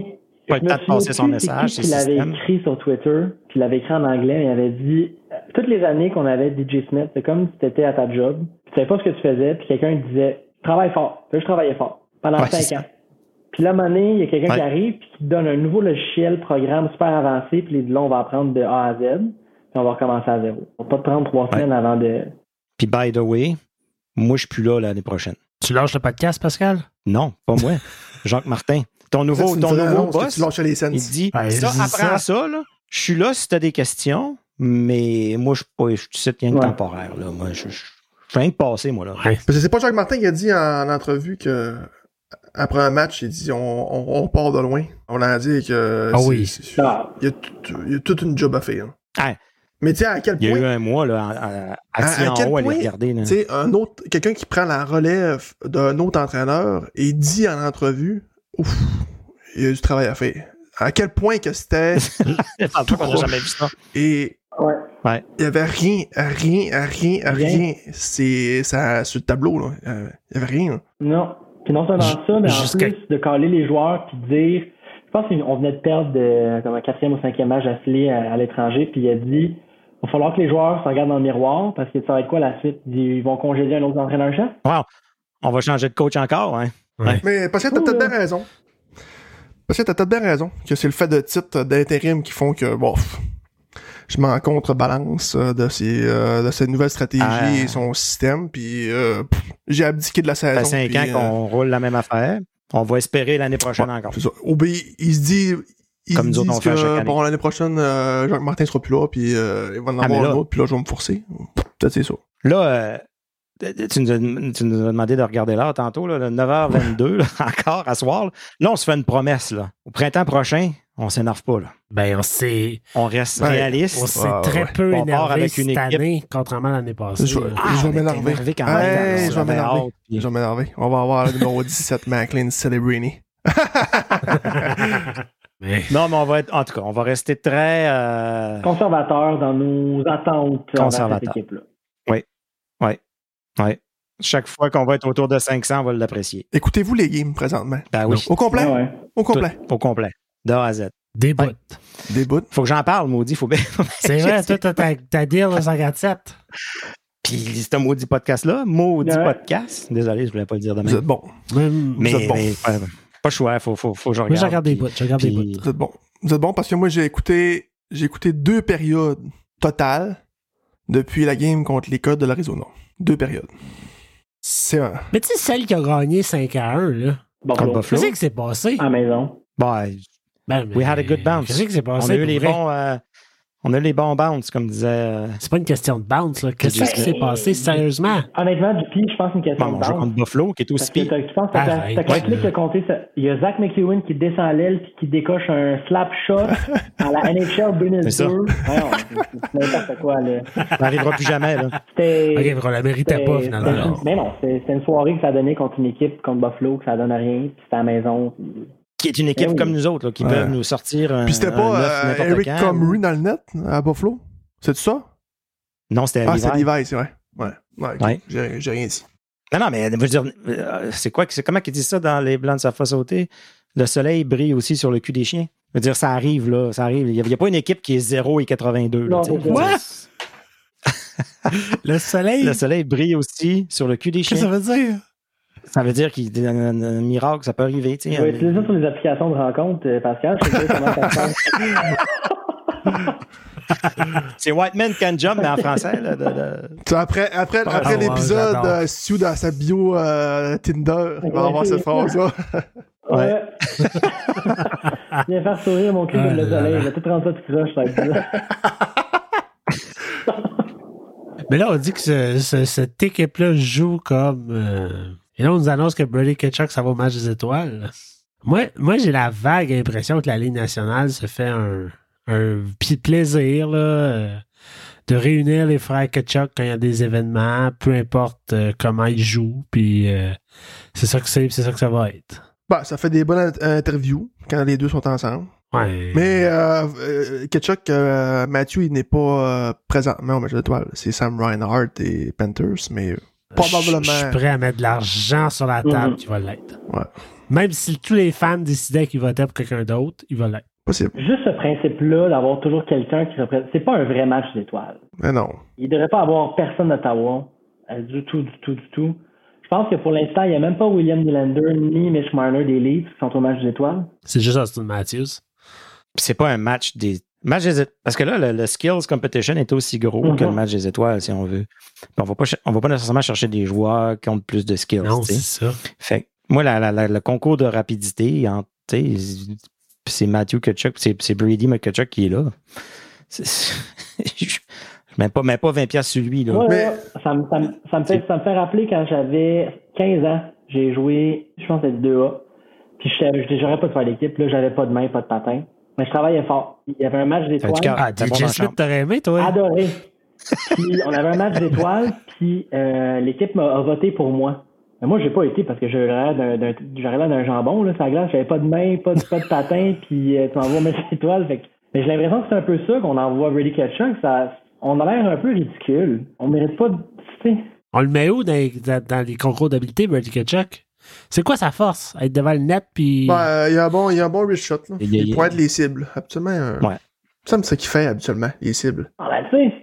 Pas
je
le
me
temps de passer
souviens
son
plus
message,
C'est
c'est
qui qui l'avait
système.
écrit sur Twitter, puis il l'avait écrit en anglais, il avait dit euh, Toutes les années qu'on avait DJ Smith, c'est comme si tu étais à ta job, tu savais pas ce que tu faisais, puis quelqu'un disait Travaille fort. Puis là, je travaillais fort pendant
Ouais, c'est
cinq
ça.
ans. Puis là, à un moment donné, il y a quelqu'un qui
Ouais.
arrive, puis qui te donne un nouveau logiciel, programme super avancé, puis il dit Là, on va apprendre de A à Z, puis on va recommencer à zéro. On va pas te prendre trois semaines avant de.
Puis, by the way, moi, je suis plus là l'année prochaine.
Tu lâches le podcast, Pascal?
Non, pas
(laughs)
moi. Jacques Martin. Ton nouveau,
Ça,
ton
tu me
nouveau
annonces que
boss,
Tu lâches les scènes.
il dit
Ouais,
ça,
je dis ça.
apprends ça. là. Je suis là si tu as des questions, mais moi, je suis pas, je suis rien que
Ouais.
temporaire. Là. Moi, je, je, je fais rien que passer, moi. Là.
Parce que c'est pas Jacques Martin qui a dit en entrevue que après un match, il dit on, on, on part de loin. On a dit que.
Ah
c'est-
oui.
c'est-
Ah.
Il y, a tout- il y a toute une job à faire. hein.
Ah.
Mais tu sais, à quel
Il y a eu
point.
un mois là, à, à,
À- à
assis en
quel
haut à
point,
les regarder. là.
Tu sais, un autre, quelqu'un qui prend la relève d'un autre entraîneur et dit en entrevue, ouf, il y a du travail à faire. À quel point
(laughs)
que c'était,
En tout cas, on n'a jamais vu ça.
et
Ouais.
Ouais.
il y avait rien, rien, rien, rien.
Rien.
C'est, ça, sur le tableau, là. Euh, Il y avait rien. là.
Non. Puis non seulement
Ju-
ça, mais en
jusqu'à-
plus de caler les joueurs puis de dire. Je pense qu'on venait de perdre de, comme un quatrième ou cinquième match affilé à, à l'étranger, puis il a dit Il va falloir que les joueurs se regardent dans le miroir parce que ça va être quoi la suite? Ils vont congédier un autre entraîneur-chef?
Wow. On va changer de coach encore, hein?
Ouais. Mais parce que t'as peut-être bien raison. Parce que t'as peut-être bien raison que c'est le fait de titres d'intérim qui font que, bon, je m'en contrebalance de ces euh, de ces nouvelles stratégies ah. et son système. Puis euh, j'ai abdiqué de la saison.
Ça fait cinq
puis,
ans qu'on euh, roule la même affaire. On va espérer l'année prochaine ouais, encore.
Au il se dit. Il Comme nous autres, on fait que, Bon, l'année prochaine, Jacques-Martin sera plus là, puis il va en ah, avoir là, un autre, puis là, je vais me forcer. Peut-être c'est ça.
Là, euh, tu nous, as, tu nous, as, demandé de regarder l'heure tantôt, là, le 9h22, là, (laughs) encore à soir. Là. là, on se fait une promesse. Là. Au printemps prochain, on s'énerve pas. Là.
Ben, on s'est.
On reste ouais. réaliste.
On s'est ah, très ouais. peu on énervé avec une cette équipe. année, contrairement à l'année passée.
Je, ah, je vais m'énerver. Hey, je vais m'énerver. Je vais m'énerver. On va avoir le numéro 17, (laughs) Macklin Celebrini.
(laughs)
Mais... Non, mais on va être, en tout cas, on va rester très. Euh...
Conservateur dans nos attentes
Conservateur. cette équipe-là. Oui. Oui. Oui. Chaque fois qu'on va être autour de 500, on va l'apprécier.
Écoutez-vous les games présentement.
Ben oui.
Au complet. Ah ouais. Au complet.
Tout, au complet. De A à Z.
Des bouts.
Des bouts.
Faut que j'en parle, maudit. Faut bien. (laughs)
C'est vrai, toi, t'as ta deal 57.
Puis c'est un maudit podcast-là. Maudit ouais. podcast. Désolé, je voulais pas le dire de même.
Vous êtes bon.
Mmh, mais, vous êtes bon. Mais, euh, pas choix, faut, faut, faut que je regarde.
Mais je regarde des bouts. Je regarde des bouts.
Vous êtes bon. Vous êtes bon parce que moi, j'ai écouté, j'ai écouté deux périodes totales depuis la game contre les codes de l'Arizona. Deux périodes. C'est un.
Mais tu sais, celle qui a gagné 5 à 1, là.
Bon, contre Buffalo.
Qu'est-ce qui s'est passé?
À la maison.
Bye. Ben, mais... Ah. We had a good bounce.
Qu'est-ce qui s'est passé?
On a eu les vrai? bons. Euh, on a eu les bons bounces, comme disait. Euh...
C'est pas une question de bounce, là. Qu'est-ce qui s'est passé, sérieusement?
Honnêtement, JP, je pense que une question
bon,
de bounce.
contre Buffalo, qui est (laughs) aussi pire.
Tu penses que t'as clic qui a compté ça. Il y a Zach McEwen qui descend à l'aile puis qui décoche un slap shot à la NHL 2002. C'est n'importe quoi, là.
Ça n'arrivera plus jamais, là.
C'était.
on la méritait pas, finalement.
Mais non, c'était une soirée que ça a donné contre une équipe, contre Buffalo, que ça donne à rien, puis c'était à la maison
qui est une équipe Eh oui. comme nous autres, là, qui ouais. peuvent nous sortir un.
Puis c'était pas
un 9,
euh, Eric Comrie dans le net à Buffalo C'est ça
Non, c'était
Ah, c'était Levi, c'est vrai. Ouais. Ouais. Okay. ouais. J'ai rien dit.
Non, non, mais je veux dire, euh, c'est quoi Comment qu'ils disent ça dans Les Blancs de sa face sauter Le soleil brille aussi sur le cul des chiens. Je veux dire, ça arrive, là. Ça arrive. Il n'y a, a, pas une équipe qui est 0 et 82. Là,
non, quoi? (laughs) le soleil.
Le soleil brille aussi sur le cul des chiens.
Qu'est-ce que ça veut dire
ça veut dire qu'il y a un, un, miracle, ça peut arriver. Tu sais,
oui, c'est ça sur les applications de rencontre, euh, Pascal. Je sais comment ça se
C'est White Man Can Jump, mais en français. Là, de,
de... Après, après, après oh, l'épisode, euh, Stu dans sa bio euh, Tinder, on va avoir cette phrase-là.
ouais. Euh, (laughs) Viens faire sourire mon cul comme le soleil. Je vais tout prendre ça de croche, ça
Mais là, on dit que ce, ce, cette équipe-là joue comme. Euh... Et là, on nous annonce que Brady Ketchuk, ça va au match des étoiles. Moi, moi j'ai la vague impression que la Ligue nationale se fait un, un petit plaisir là, euh, de réunir les frères Ketchuk quand il y a des événements, peu importe euh, comment ils jouent. Puis euh, c'est ça que c'est, c'est ça que ça va être.
Bah, ça fait des bonnes interviews quand les deux sont ensemble.
Ouais.
Mais euh, Ketchuk, Mathieu, il n'est pas euh, présentement au match des étoiles. C'est Sam Reinhardt et Panthers, mais probablement. Mhm.
Je suis prêt à mettre de l'argent sur la table mm -hmm. qui va l'être.
Ouais.
Même si tous les fans décidaient qu'ils votaient pour quelqu'un d'autre, il va l'être.
Possible.
Juste ce principe-là d'avoir toujours quelqu'un qui représente. C'est pas un vrai match d'étoiles.
Mais non.
Il ne devrait pas avoir personne d'Ottawa. Euh, du tout, du tout, du tout. Je pense que pour l'instant, il n'y a même pas William Nylander ni Mitch Marner des Leafs qui sont au match des étoiles.
C'est juste Austin Matthews.
C'est pas un match des Match des Parce que là, le, le, skills competition est aussi gros mm -hmm. que le match des étoiles, si on veut. on va pas, on va pas nécessairement chercher des joueurs qui ont plus de skills.
Non, c'est ça.
Fait moi, la, la, la, le concours de rapidité, c'est Matthew Kutchuk, c'est Brady McKutchuk qui est là. Est, (laughs) je mets pas, mets pas 20 pièces sur lui. Là.
Ouais, Mais... ça, me, ça, me, ça, me fait, ça, me, fait, rappeler quand j'avais 15 ans, j'ai joué, je pense, c'était 2A. Puis j'aurais pas de faire l'équipe, là, j'avais pas de main, pas de patin. Mais je travaillais fort. Il y avait un match d'étoiles.
Ah, DJ Smith, t'aurais aimé, toi?
Adoré. puis on avait un match d'étoiles, puis euh, l'équipe a voté pour moi. Mais moi, j'ai pas été parce que j'aurais l'air d'un jambon, là, ça glace. J'avais pas de main, pas de, pas de patin, (laughs) puis euh, tu m'envoies un match d'étoiles. Fait... Mais j'ai l'impression que c'est un peu ça qu'on envoie Brady Ketchuk. Ça, on a l'air un peu ridicule. On mérite pas de. T'sais.
On le met où dans les, dans les concours d'habilité, Brady Ketchuk? C'est quoi sa force? Être devant le net, puis...
Ben, euh, il, a un bon, il a un bon rich shot. Là. Il, il, il pointe les cibles. Absolument. Euh,
ouais.
Ça me ce qu'il fait habituellement, les cibles.
Ah ben, tu sais,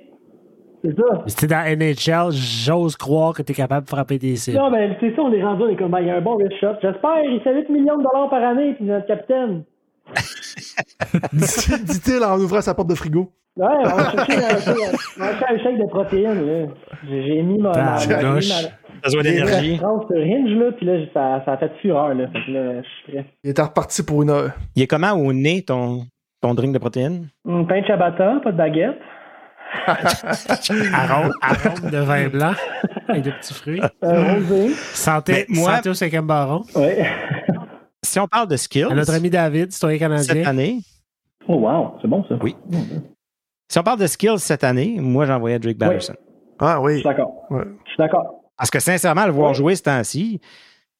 c'est ça.
Si t'es dans NHL, j'ose croire que t'es capable de frapper des cibles.
Non, ben, c'est ça, on est rendu, on est comme, ben, il y a un bon risk shot. J'espère, il fait 8 millions de dollars par année, puis notre capitaine.
(laughs) Dit-il en ouvrant sa porte de frigo.
Ouais, on va chercher un, un, un chèque de protéines. là. J'ai j'ai mis ma. ma-
Ta
j'ai mis ma-
douche.
Besoin
j'ai mis ma
d'énergie.
France sur Hinge, là, puis là, ça, ça a fait fureur, là. Fait que là, je suis prêt.
Il était reparti pour une heure.
Il est comment au nez ton, ton drink de protéines?
Hum, pain de ciabatta, pas de baguette.
Arôme, arôme de vin blanc et de petits fruits.
Un euh, rosé.
Santé,
Mais moi-
santé au cinquième baron.
Ouais.
Si on parle de skills
À notre ami David, citoyen
cette
canadien.
année,
Oh, wow, c'est bon, ça.
Oui.
Hum, hum.
si on parle de skills cette année, moi j'envoyais Drake Batterson.
Ah
Je
oui.
suis d'accord.
Ouais.
Je suis d'accord.
Parce que sincèrement, le voir
Ouais.
jouer ce temps-ci,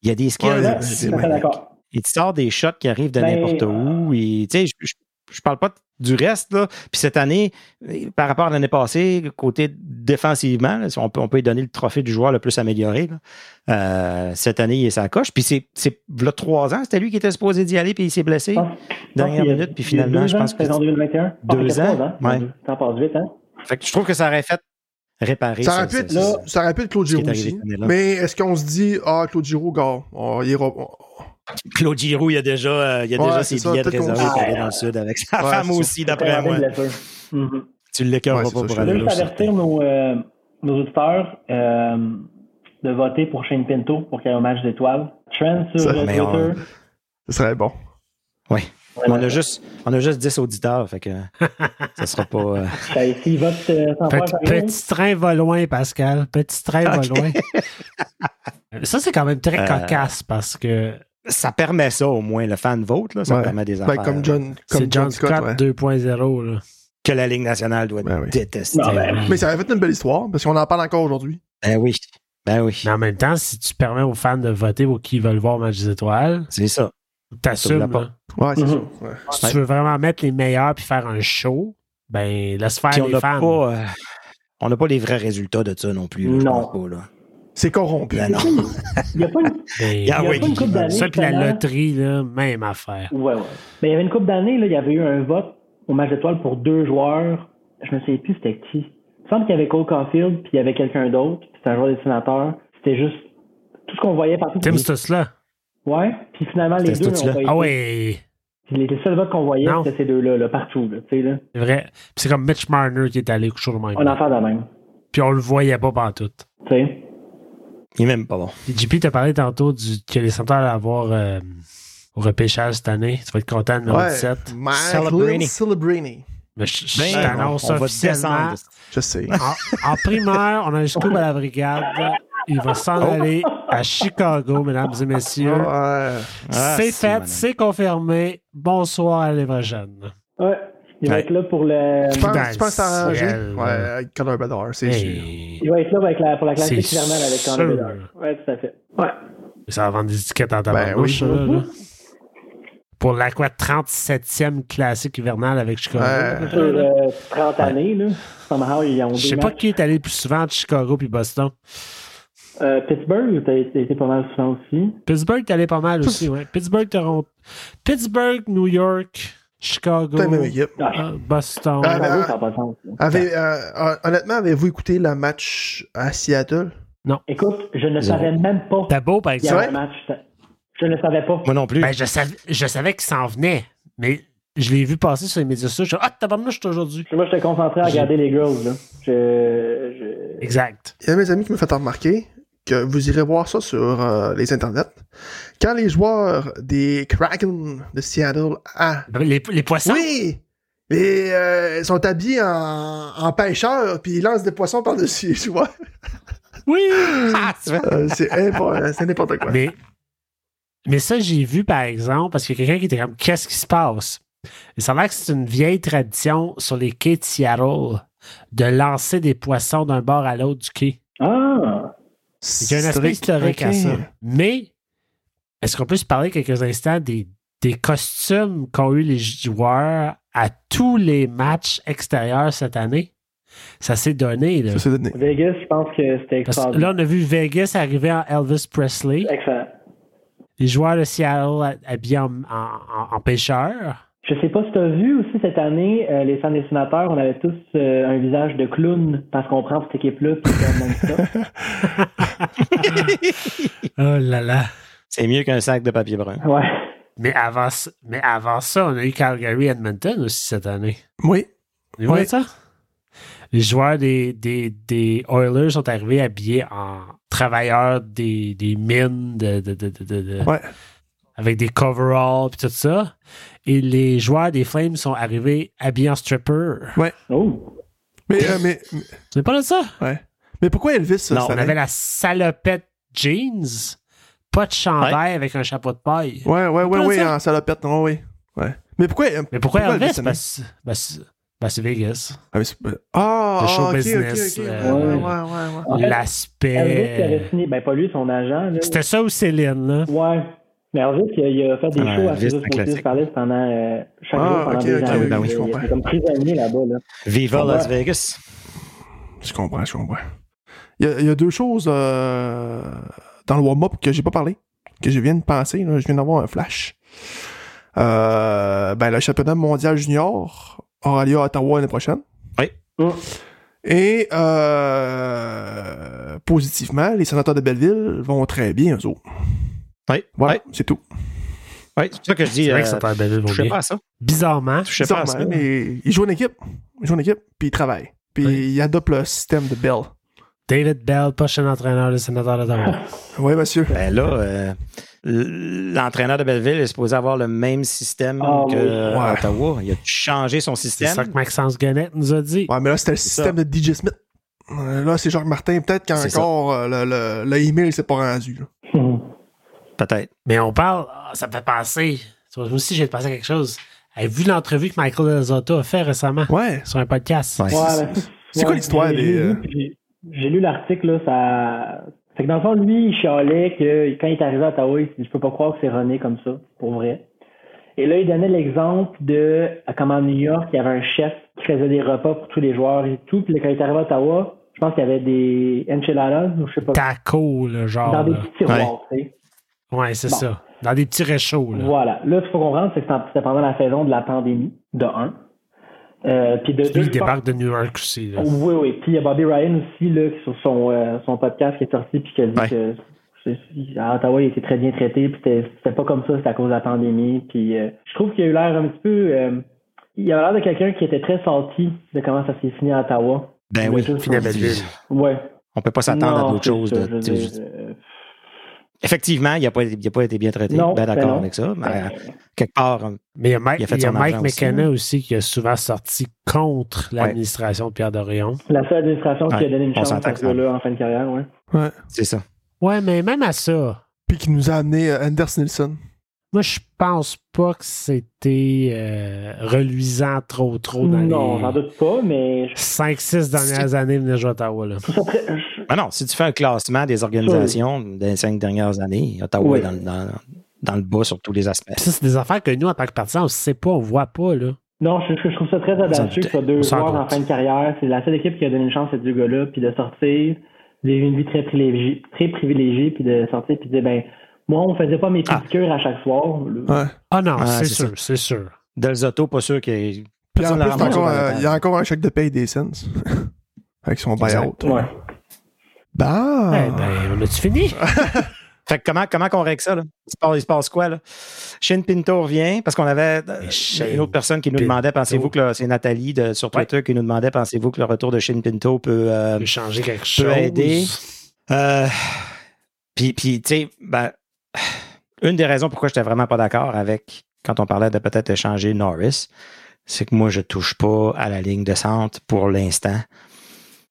il y a des skills.
Ouais,
Je
c'est
suis tout à fait
magnifique.
d'accord.
Il te sort des shots qui arrivent de
Ben,
n'importe où. Et, tu sais, je, je- je parle pas du reste. Là. Puis cette année, eh, par rapport à l'année passée, côté défensivement, là, on, peut, on peut lui donner le trophée du joueur le plus amélioré. là. Euh, cette année, il est sa coche. Puis c'est, c'est là, trois ans, c'était lui qui était supposé d'y aller, puis il s'est blessé.
Ah.
Dernière
Il y a-
minute, puis
il y a
finalement,
deux
je
ans,
pense que.
Saison 2021. Ah,
Deux
c'est
ans,
trois ans.
ouais.
T'en passes vite, hein?
Fait que je trouve que ça aurait fait réparer.
Ça
ce-
aurait pu être,
ce- ce-
ça aurait pu être Claude
ce qui est
Giroux
arrivé
aussi.
cette année-là.
Mais est-ce qu'on se dit, ah, Claude Giroux, gars, on ira. on-
Claude Giroux, il y a déjà, euh, il y a
Ouais,
déjà
c'est
ses
ça,
billets de
peut-être qu'on-
réservés pour aller
Ah.
dans le sud avec sa
Ouais,
femme
c'est ça.
aussi, d'après moi.
Mhm.
Tu l'écœureras
Ouais, c'est
pas
ça,
pour
je
Je
aller
voulais
là.
juste
je
avertir nos, euh, nos auditeurs euh, de voter pour Shane Pinto pour qu'il y ait un match d'étoiles. Trent sur
Ça,
euh,
mais
Twitter.
on-
Ce serait bon.
sais. Mais On a juste, on a juste 10 auditeurs, fait que ça sera pas. euh,
Ça, S'il vote euh, sans faire
Petit,
par rien,
petit train va loin, Pascal. Petit train va loin. Ça, c'est quand même très
Euh,
cocasse parce que
ça permet ça au moins le fan vote, là, ça
Ouais.
permet des
Ben,
affaires
comme John, comme
c'est John Scott,
ouais.
2.0. là.
que la Ligue nationale doit
Ben oui.
détester.
Non, ben-
Mais ça aurait fait une belle histoire, parce qu'on en parle encore aujourd'hui.
Ben oui, ben oui,
Mais en même temps, si tu permets aux fans de voter pour qui ils veulent voir le match des étoiles,
c'est ça.
t'assumes.
T'ouvres
là.
la
Ouais, c'est
Mhm.
sûr. ouais.
Si tu veux vraiment mettre les meilleurs puis faire un show, ben laisse faire
Puis on
les
n'a
fans.
pas, euh, on n'a pas les vrais résultats de ça non plus. là, je
Non.
pense pas, là.
C'est corrompu.
Ben non.
(laughs) Il n'y a pas une.
(laughs)
Ben,
Ah
il y a
oui.
pas une coupe d'années.
ça puis la
justement.
loterie, là, même affaire.
Ouais, ouais. Mais il y avait une coupe d'années, là, il y avait eu un vote au match d'étoiles pour deux joueurs. Je me souviens plus c'était qui. Il me semble qu'il y avait Cole Caulfield, puis il y avait quelqu'un d'autre, puis c'était un joueur des sénateurs. C'était juste tout ce qu'on voyait partout.
Tim Stutzla.
Ouais. Puis finalement, les
C'était
deux
tout
n'ont
là.
pas été.
Ah oui,
Les, les seuls votes qu'on voyait,
Non.
c'était ces deux-là, là, partout. Là, tu sais, là.
c'est vrai. Puis c'est comme Mitch Marner qui est allé coucher le
On en
même.
fait de la même.
Puis on le voyait pas partout.
Tu sais.
Il est même pas bon.
Puis JP t'a parlé tantôt du, que les centres allaient avoir euh, au repêchage cette année. Tu vas être content, numéro
Ouais.
17.
Mike
Celebrini.
Lynn Celebrini.
Mais je, je
Ben,
t'annonce
on- on va
officiellement.
descendre.
(laughs)
Je sais.
En, en primaire, on a jusqu'au à la brigade. Il va s'en
Oh.
aller à Chicago, mesdames et messieurs.
Ouais.
Ah,
c'est
si,
fait,
madame.
c'est confirmé. Bonsoir à l'évangène.
Ouais. Il va
Ouais.
être là pour le.
Tu penses,
Dans
tu penses que ça a
le
arrangé?
ciel.
Ouais, avec Connor Bedard, c'est sûr.
Il va être là avec la, pour la classique
C'est
hivernale avec
sûr.
Connor Bedard. Ouais, tout à fait. Ouais.
Ça va vendre des étiquettes en tabarnouche,
Ben oui.
ça, là. Pour la quoi, 37e classique hivernale avec Chicago.
Ouais.
à peu
Sur
près, là.
euh, 30 années, là. Somehow, ils ont
Je sais
deux
pas
matchs.
qui est allé le plus souvent entre Chicago puis Boston.
Euh, Pittsburgh, t'as t'as été pas mal souvent aussi.
Pittsburgh, t'allais pas mal aussi, ouais. Pittsburgh, Toronto. Pittsburgh, New York, Chicago,
Putain, même équipe.
Ah,
euh, Boston.
Ah, ben,
Chicago,
ah.
ça n'a pas de sens. là.
Avez- euh, hon- honnêtement, avez-vous écouté le match à Seattle?
Écoute, je ne
Zéro.
savais même pas
T'as beau, par
qu'il y avait
exemple.
un match. Je ne savais pas.
Moi non plus.
Ben, je savais, je savais qu'il s'en venait, mais je l'ai vu passer sur les médias sociaux. Je suis ah, tabarnouche, c'est aujourd'hui.
Moi, j'étais concentré à regarder les girls, là. Je. je...
Exact.
Il y a mes amis qui me fait remarquer que vous irez voir ça sur euh, les internets. Quand les joueurs des Kraken de Seattle ah,
Les, les poissons.
Oui! Et euh, ils sont habillés en, en pêcheurs, puis ils lancent des poissons par-dessus, (laughs) tu vois.
Oui!
(laughs) Ah, tu vois.
Euh, c'est impo- c'est n'importe quoi.
Mais, mais ça, j'ai vu, par exemple, parce qu'il y a quelqu'un qui était comme Qu'est-ce qui se passe? Et ça a l'air que c'est une vieille tradition sur les quais de Seattle de lancer des poissons d'un bord à l'autre du quai.
Ah!
Il y a un aspect historique à
Ok.
ça. Mais est-ce qu'on peut se parler quelques instants des, des costumes qu'ont eu les joueurs à tous les matchs extérieurs cette année? Ça s'est donné. Là.
Ça, c'est donné.
Vegas, je pense que c'était
Parce que là,
extraordinaire.
on a vu Vegas arriver en Elvis Presley,
Excellent.
les joueurs de Seattle habillés en, en, en- en pêcheurs.
Je sais pas si tu as vu aussi cette année, euh, les sans dessinateurs, on avait tous euh, un visage de clown parce qu'on prend cette équipe-là puis
(laughs)
on Oh là là.
C'est mieux qu'un sac de papier brun.
Ouais.
Mais avant, mais avant ça, on a eu Calgary Edmonton aussi cette année.
Oui.
Vous voyez ça? Les joueurs des, des, des Oilers sont arrivés habillés en travailleurs des, des mines de, de, de, de
Ouais.
avec des coveralls et tout ça. Et les joueurs des Flames sont arrivés habillés en stripper.
Ouais.
Oh!
Mais, euh, mais, mais-
C'est pas de ça?
ouais. Mais pourquoi Elvis,
Non,
ça
on avait la salopette jeans, pas de chandail avec un chapeau de paille.
Ouais, ouais, ouais,
Pourquoi
ouais,
ça?
en salopette, non, oui. Ouais. Mais pourquoi. euh,
Mais pourquoi,
Pourquoi
Elvis?
Elvis,
Ben, c'est- ben, c'est ben, c'est Vegas.
Ah, mais c'est pas- Ah,
Le
ah,
show
ok, ok,
business,
ok, ouais,
euh,
ouais, ouais, ouais.
En fait, Elvis qui avait
L'aspect.
signé, ben pas lui, son agent. Là.
C'était ça ou Céline, là?
Ouais. Mais Elvis, il a, il a fait des
Ah,
shows à
Elvis,
Cyrus
c'est un
Motus
classique.
par pendant euh, chaque
Ah,
jour pendant
ok,
deux
ok,
ans.
oui,
Il-
ben oui, je
il- il
comprends.
était comme prisonnier là-bas. Là.
Viva
Ouais.
Las Vegas.
Je comprends, je comprends. Il y a, il y a deux choses euh, dans le warm-up que j'ai pas parlé, que je viens de penser, là, je viens d'avoir un flash. Euh, ben, le championnat mondial junior aura lieu à Ottawa l'année prochaine.
Oui.
Mm.
Et euh, positivement, les sénateurs de Belleville vont très bien, eux autres.
Oui.
Voilà,
Oui.
c'est tout.
Oui, c'est ça que je dis.
C'est vrai que
euh,
ça t'a bien
je sais
bien.
pas à ça.
Bizarrement,
Je hein. sais pas à ça.
Bizarrement, mais ils jouent en équipe. Ils jouent en équipe, puis ils travaillent. Puis
Oui.
ils adoptent le système de Bell.
David Bell, prochain entraîneur des sénateurs d'Ottawa.
Ah.
Oui, monsieur.
Ben là, euh, l- l'entraîneur de Belleville est supposé avoir le même système
Ah,
que
oui.
euh,
Ouais.
Ottawa. Il a changé son
C'est
système.
ça que Maxence Gannett nous a dit.
Ouais, mais là, c'était le
C'est
système de DJ Smith. Euh, Là, c'est Jacques Martin. Peut-être
C'est ça.
qu'encore euh, le, le, le email s'est pas rendu. là.
(laughs) Peut-être.
Mais on parle, ah, ça me fait penser. Tu vois, Moi aussi, j'ai pensé à quelque chose. Avez-vous vu l'entrevue que Michael Delzotto a fait récemment
Ouais.
sur un podcast?
Ouais.
Ouais, ben,
C'est quoi l'histoire
j'ai-
des,
j'ai
euh,
lu, puis J'ai lu l'article, là, ça. C'est que dans le fond, lui, il chialait que quand il est arrivé à Ottawa, il s'est dit Je peux pas croire que c'est René comme ça, pour vrai. Et là, il donnait l'exemple de comment à New York, il y avait un chef qui faisait des repas pour tous les joueurs et tout. Puis là, quand il est arrivé à Ottawa, je pense qu'il y avait des enchiladas ou je sais pas.
Taco, le genre.
Dans des
là.
petits tiroirs, tu sais.
Ouais, c'est
Bon.
ça. Dans des petits réchauds. Là.
Voilà. Là, ce qu'il faut comprendre, c'est que c'était pendant la saison de la pandémie, de un. Euh, puis de
Lui,
deux,
il
je pense-
débarque de New York aussi. là.
Oh, Oui, oui. Puis il y a Bobby Ryan aussi, là, qui- sur son, euh, son podcast qui est sorti, puis qui a dit
Ouais.
que c'est- à Ottawa, il était très bien traité, puis c'était c'était pas comme ça, c'était à cause de la pandémie. Puis euh, je trouve qu'il a eu l'air un petit peu. euh, il a l'air de quelqu'un qui était très senti de comment ça s'est fini à Ottawa.
Ben
Mais
oui.
je-
on
Fini à
dit-
Belleville.
Ouais.
On peut pas s'attendre
Non,
à d'autres
c'est
choses.
ça,
de-
je veux dire, euh,
Effectivement, il n'a pas, il a pas été bien traité.
Non,
ben
ben non.
d'accord avec ça. Mais euh, quelque part, euh,
Mais il y a Mike,
Il a fait
il y a
son
Mike
argent aussi, hein.
McKenna aussi qui a souvent sorti contre l'administration de Pierre Dorion.
la seule administration qui a
Ouais,
donné une
on
chance à
s'entend que
ce
ça-
là en fin de carrière, ouais.
Ouais.
c'est ça.
Ouais, mais même à ça,
Puis qui nous a amené euh, Anders Nilsson.
moi, je pense pas que c'était euh, reluisant trop, trop dans
Non, j'en
les
doute pas, mais je
5-6 dernières années venir jouer à Ottawa. Là.
trouve ça très. je-
Ben non, si tu fais un classement des organisations des cinq dernières années, Ottawa
Oui.
est dans, le- dans- dans le bas sur tous les aspects.
Puis ça, c'est des affaires que nous, en tant que partisans, on sait pas, on voit pas. Là.
Non, je, je trouve ça très audacieux que ce soit deux
On s'en
joueurs
doute.
en fin de carrière. C'est la seule équipe qui a donné une chance à deux gars-là, puis de sortir, vivre une vie très privilégiée, très privilégiée, puis de sortir, puis de dire, ben, moi, on faisait pas mes
Ah.
piqûres à chaque soir. là.
Ouais.
Ah non,
Ah,
c'est
c'est
sûr, c'est sûr.
Delzotto, pas sûr qu'il ait-
Puis en
Personne
plus,
l'a
t'as
ramassé
encore,
dans la
euh,
table.
il y a encore un chèque de paye des cents. (laughs) Avec son
Exact.
buyout.
Ouais.
Bah.
Ah.
Eh ben, on a-tu fini?
Fait que comment, comment qu'on règle ça? Là? Il, se passe, il se passe quoi? Là? Shane Pinto revient parce qu'on avait euh,
Mais Shane
une autre personne qui nous demandait, pensez-vous que le- c'est Nathalie de, sur
Ouais.
Twitter qui nous demandait, pensez-vous que le retour de Shane Pinto peut... euh,
peut changer quelque chose.
aider. euh, puis, puis, tu sais, ben, une des raisons pourquoi j'étais vraiment pas d'accord avec quand on parlait de peut-être échanger Norris, c'est que moi, je touche pas à la ligne de centre pour l'instant.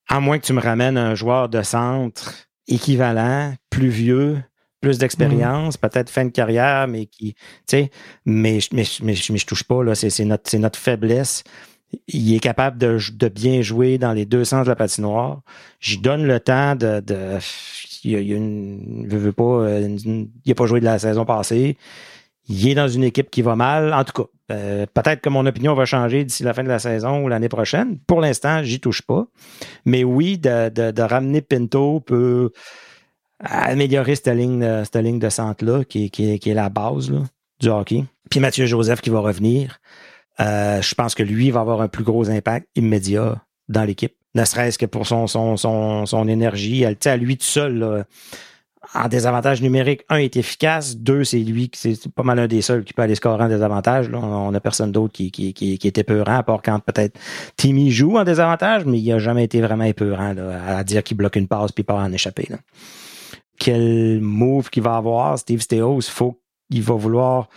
À moins que tu me ramènes un joueur de centre équivalent, plus vieux, plus d'expérience, peut-être fin de carrière, mais qui, tu sais, mais, je- mais, je- mais, je- mais je touche pas, là, c'est c'est notre, c'est notre faiblesse. Il est capable de, jou- de bien jouer dans les deux sens de la patinoire. J'y donne le temps de. de il y a, il y a une. veut, veut pas, euh, une- il a pas joué de la saison passée. Il est dans une équipe qui va mal. En tout cas, euh, peut-être que mon opinion va changer d'ici la fin de la saison ou l'année prochaine. Pour l'instant, j'y touche pas. Mais oui, de, de- de ramener Pinto peut améliorer cette ligne, de- cette ligne de centre-là, qui, est- qui est- qui est la base. là. du hockey. Puis Mathieu Joseph qui va revenir. Euh, je pense que lui va avoir un plus gros impact immédiat dans l'équipe, ne serait-ce que pour son, son, son, son énergie. Elle, à lui tout seul, là, en désavantage numérique, un est efficace, deux, c'est lui, c'est pas mal un des seuls qui peut aller scorer en désavantage. Là. On n'a personne d'autre qui, qui, qui, qui est épeurant, à part quand peut-être Timmy joue en désavantage, mais il n'a jamais été vraiment épeurant là, à dire qu'il bloque une passe puis pas en échapper. Là. Quel move qu'il va avoir, Steve Steos, faut il va vouloir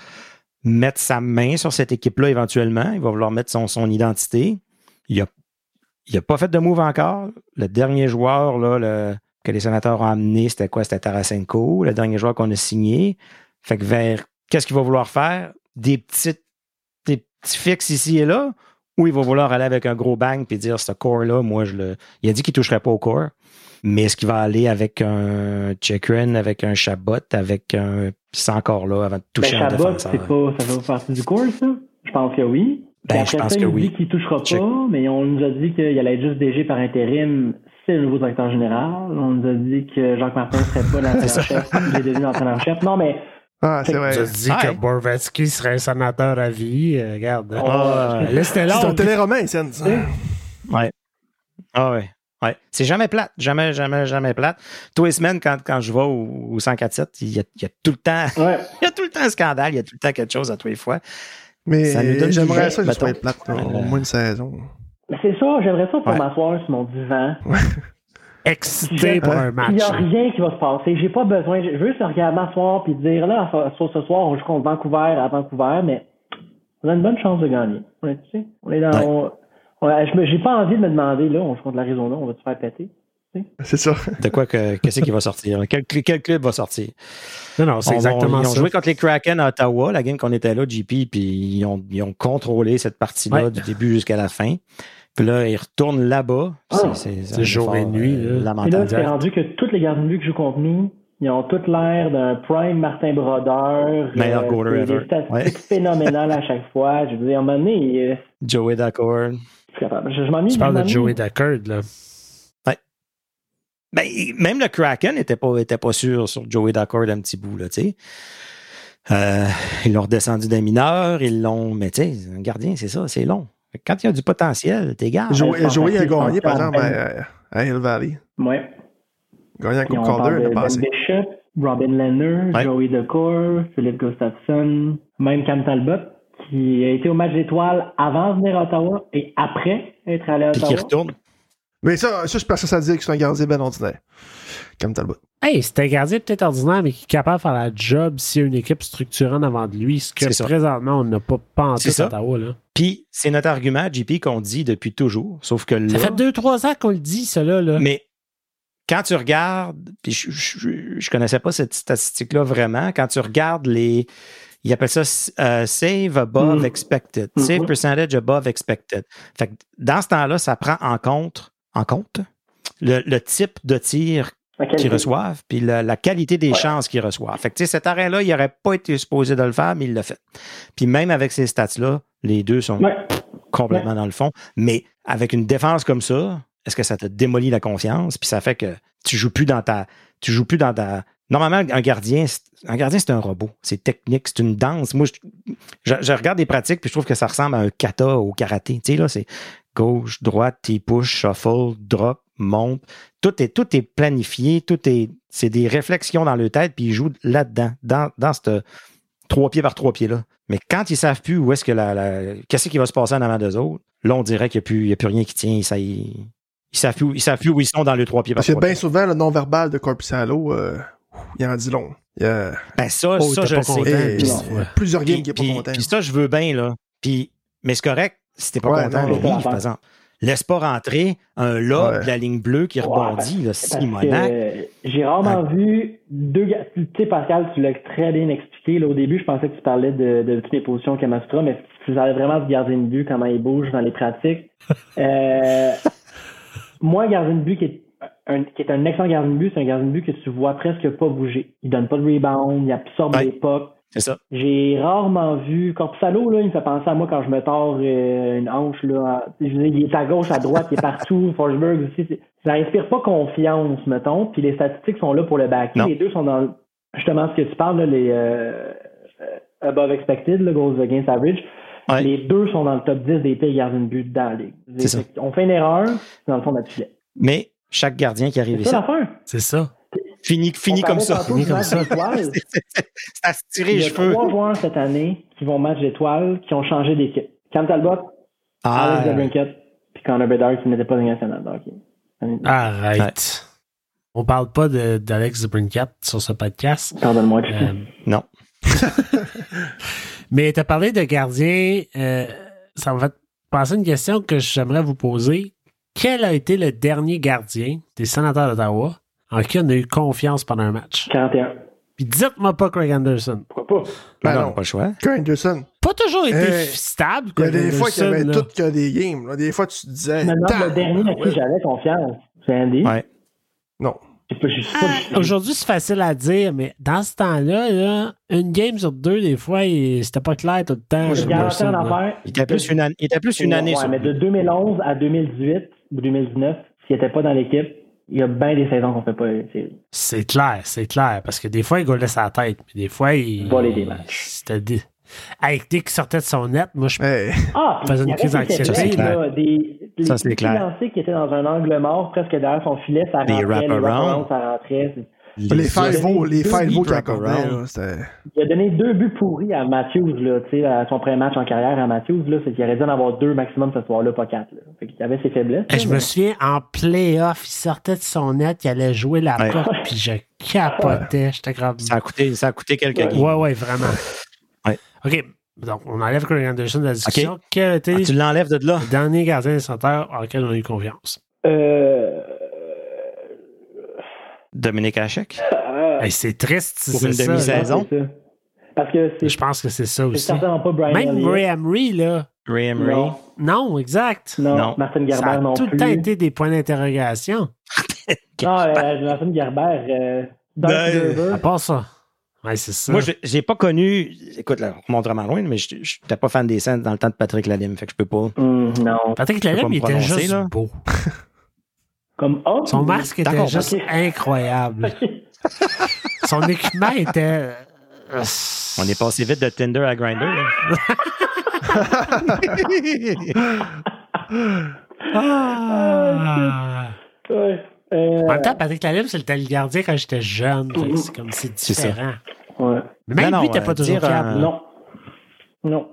mettre sa main sur cette équipe-là éventuellement. Il va vouloir mettre son, son identité. Il n'a il a pas fait de move encore. Le dernier joueur là, le, que les sénateurs ont amené, c'était quoi? C'était Tarasenko, le dernier joueur qu'on a signé. Fait que vers qu'est-ce qu'il va vouloir faire? Des petites, des petits fixes ici et là, ou il va vouloir aller avec un gros bang puis dire ce corps-là, moi je le. Il a dit qu'il ne toucherait pas au corps. Mais est-ce qu'il va aller avec un check-in, avec un Chabot, avec un c'est encore là avant de toucher ben, un
Chabot, c'est pas, ça fait partie du cours, ça? Je pense que oui.
Ben, après je pense
ça,
que
il
oui.
dit qu'il touchera check. pas, mais on nous a dit qu'il allait être juste DG par intérim. C'est le nouveau directeur général. On nous a dit que Jacques Martin serait
(laughs)
pas l'entraîneur-chef. il est devenu l'entraîneur-chef. Non, mais
ah, c'est vrai.
Je dis ah, que Borvatsky serait un sénateur à vie. Euh, regarde. Oh,
Ah.
euh, là, c'était
C'est un téléroman, Étienne.
Ouais. Ah ouais. Ouais. C'est jamais plate. Jamais, jamais, jamais plate. Tous les semaines, quand, quand je vais au, au 147, il y, a, il y a tout le temps. (laughs) Ouais. il y a tout le temps un scandale, il y a tout le temps quelque chose à tous les fois.
Mais j'aimerais ça que je sois plate au euh, moins une saison.
C'est ça, j'aimerais ça pour ouais. m'asseoir sur mon divan.
Excité pour un match. hein.
Il n'y a rien qui va se passer. J'ai pas besoin. Je veux juste regarder m'asseoir et dire là, sur ce soir, on joue contre Vancouver à Vancouver, mais on a une bonne chance de gagner. On est, tu sais, on est dans. Ouais. On, Ouais, je j'ai pas envie de me demander, là, on joue contre l'Arizona, on va te faire péter.
C'est ça.
de quoi que, qu'est-ce qui va sortir? Hein? Quel, quel, club va sortir?
Non, non, c'est exactement
on, Ils
ça.
ont joué contre les Kraken à Ottawa, la game qu'on était là, JP, puis ils ont, ils ont contrôlé cette partie-là ouais. du début jusqu'à la fin. Puis là, ils retournent là-bas.
Ah. C'est, jour et nuit. Euh,
là. Et là, c'est rendu que toutes les gardiens de but qui jouent contre nous, ils ont toutes l'air d'un prime Martin Brodeur.
Meilleur euh,
Des statistiques ouais. phénoménales à chaque fois. Je veux dire, à un moment donné...
Euh, Joey Dacord.
Je, je m'ennuie.
Tu parles de Joey Dackard, là.
Ouais. Ben, même le Kraken n'était pas, était pas sûr sur Joey Dackard un petit bout, là, tu sais. Euh, ils l'ont redescendu d'un mineur, ils l'ont. Mais tu sais, un gardien, c'est ça, c'est long. Quand il y a du potentiel, t'es gars.
Joey, Joey a gagné, par exemple, à, à Hill Valley.
Ouais.
Gagné un Coupe Calder l'année passée.
Bishop, Robin Leonard, ouais. Joey Dackard, Philip Gustafson, même Cam Talbot qui a été au match d'étoiles avant de venir à Ottawa et après être allé à Ottawa.
hein, Puis qui retourne.
Mais ça, ça je pense que ça dit que c'est un gardien bien ordinaire. Comme Talbot.
Hey, c'est un gardien peut-être ordinaire, mais qui est capable de faire la job s'il y a une équipe structurée en avant de lui, ce que présentement, on n'a pas pensé à Ottawa. Là.
Puis, c'est notre argument, JP, qu'on dit depuis toujours, sauf que là...
Ça fait deux, trois ans qu'on le dit, cela. Là.
Mais quand tu regardes, puis je, je, je connaissais pas cette statistique-là vraiment, quand tu regardes les... Ils appellent ça euh, save above mm. expected, mm -hmm. save percentage above expected. Fait que dans ce temps-là, ça prend en compte, en compte le, le type de tir qu'ils reçoivent, puis la, la, qualité des Mm-hmm. ouais. chances qu'ils reçoivent. Fait que cet arrêt-là, il n'aurait pas été supposé de le faire, mais il l'a fait. Puis même avec ces stats-là, les deux sont ouais. complètement ouais. dans le fond. Mais avec une défense comme ça, est-ce que ça te démolit la confiance? Puis ça fait que tu joues plus dans ta. Tu joues plus dans ta. Normalement, un gardien, un gardien, c'est un robot. C'est technique, c'est une danse. Moi, je, je, je, regarde des pratiques, puis je trouve que ça ressemble à un kata au karaté. Tu sais, là, c'est gauche, droite, T-push, shuffle, drop, monte. Tout est, tout est planifié, tout est. C'est des réflexions dans leur tête, puis ils jouent là-dedans, dans, dans cette trois pieds par trois pieds là. Mais quand ils savent plus où est-ce que la. la Qu'est-ce qui va se passer en avant d'eux autres, là, on dirait qu'il n'y a, a, plus rien qui tient. Ça, ils, ils, savent plus, ils savent plus où ils sont dans le trois pieds par
Parce
trois pieds.
bien souvent, le non-verbal de Corpusalo. Euh il en dit long. Yeah.
Ben ça, oh, ça je le sais.
Et, pis, ouais. Plusieurs games qui n'est pas content.
Puis ça, je veux bien, là. Puis, mais c'est correct si t'es pas ouais, content, non, le livre, par exemple. Laisse pas rentrer un là ouais. de la ligne bleue qui rebondit, là, Simonac.
Euh, J'ai rarement ah. vu deux gars. Tu sais, Pascal, tu l'as très bien expliqué. Là, au début, je pensais que tu parlais de, de toutes les positions Kamastra, mais tu allais vraiment du gardien de but, comment il bouge dans les pratiques. euh, moi, gardien de but qui est un, qui est un excellent gardien de but, c'est un gardien de but que tu vois presque pas bouger. Il donne pas de rebound, il absorbe ouais, les pucks.
C'est ça.
J'ai rarement vu Corpusalo, là, il me fait penser à moi quand je me tords euh, une hanche. Là, à, je veux dire, il est à gauche, à droite, il est partout. (laughs) Forsberg aussi. Ça inspire pas confiance, mettons. Puis les statistiques sont là pour le backer. Les deux sont dans justement ce que tu parles, là, les, euh, above expected, le goals against average. Ouais. Les deux sont dans le top 10 des pires gardiens de but dans la ligue.
Ça.
On fait une erreur, dans le fond, notre filet.
Mais chaque gardien qui arrive ici.
C'est ça.
Fini, fini comme ça.
Fini comme ça.
(laughs) C'est à se tirer les cheveux.
Il y a trois joueurs cette année qui vont match d'étoiles qui ont changé d'équipe. Cam Talbot, ah, Alex
euh.
Debrinket, puis Connor Bedard qui n'était pas national.
Okay. Arrête. Ouais. On parle pas d'Alex Debrinket sur ce podcast.
Pardonne-moi.
(laughs)
Euh, non.
Mais tu as parlé de gardien. Euh, ça me fait penser à une question que j'aimerais vous poser. Quel a été le dernier gardien des sénateurs d'Ottawa en qui on a eu confiance pendant un match?
41.
Puis dites-moi pas Craig Anderson.
Pourquoi
pas? Ben non, non, pas le choix.
Craig Anderson.
Pas toujours été hey, stable.
Euh, Il y a des fois qu'il y avait tout que des games. Là. Des fois, tu te disais.
Maintenant, le dernier à qui j'avais confiance, c'est Andy.
Ouais.
Non.
Ah, Aujourd'hui, c'est facile à dire, mais dans ce temps-là, là, une game sur deux, des fois, c'était pas clair tout le temps.
Il, Anderson, là.
il était plus une, an... il était plus une année.
Ouais,
sur...
mais de 2011 à 2018 ou 2019, s'il n'était pas dans l'équipe, il y a bien des saisons qu'on ne fait pas les séries.
C'est clair, c'est clair. Parce que des fois, il gaulait sa tête, mais des fois, il.
Volait des matchs.
C'était des... Hey, dès qu'il sortait de son net, moi, je
hey. ah,
faisais une crise d'anxiété.
Des, des, ça, c'est clair. lancés qui étaient dans un angle mort, presque derrière son filet, ça rentrait.
Les wrap-around.
Ça rentrait.
Les, les five-o, les five-o
Il a donné deux buts pourris à Matthews, là, tu sais, à son premier match en carrière à Matthews, là, c'est qu'il aurait dû en avoir deux maximum ce soir-là, pas quatre, là. Fait qu'il avait ses faiblesses.
Et je mais... me souviens, en play-off, il sortait de son net, il allait jouer la ouais. porte, puis je capotais, j'étais grave.
Ça a coûté, ça a coûté quelques
Ouais, ouais, ouais, vraiment.
Ouais.
OK. Donc, on enlève Craig Anderson de la discussion. Okay. Quel était
ah, tu l'enlèves de là.
Le dernier gardien des centres auquel on a eu confiance.
Euh...
Dominique Hachek.
Euh... Hey, c'est triste.
Pour une demi-saison.
Parce que
Je pense que c'est ça aussi.
Certainement pas Brian
Même Ray Emery, là.
Ray Emery.
Non. non, exact.
Non, non. Martin Gerber
ça a
non
tout le
plus.
temps été des points d'interrogation.
non, euh, Martin Gerber, euh, dans le
À part ça. Ouais, c'est ça.
Moi, j'ai pas connu. Écoute, là, on remonte vraiment loin, mais je n'étais pas fan des scènes dans le temps de Patrick Lalime, fait que je peux pas.
Mm, non.
Patrick Lalime, il était juste là. beau.
Comme homme,
Son masque était juste okay. incroyable. Okay. (laughs) Son équipement était. euh,
On est passé vite de Tinder à Grindr.
ah. ouais. Euh... En même temps, Patrick Lalime, c'était le gardien quand j'étais jeune. C'est comme c'est différent.
Ouais.
Mais même non, lui, t'es pas toujours fiable.
Un... Non. Non.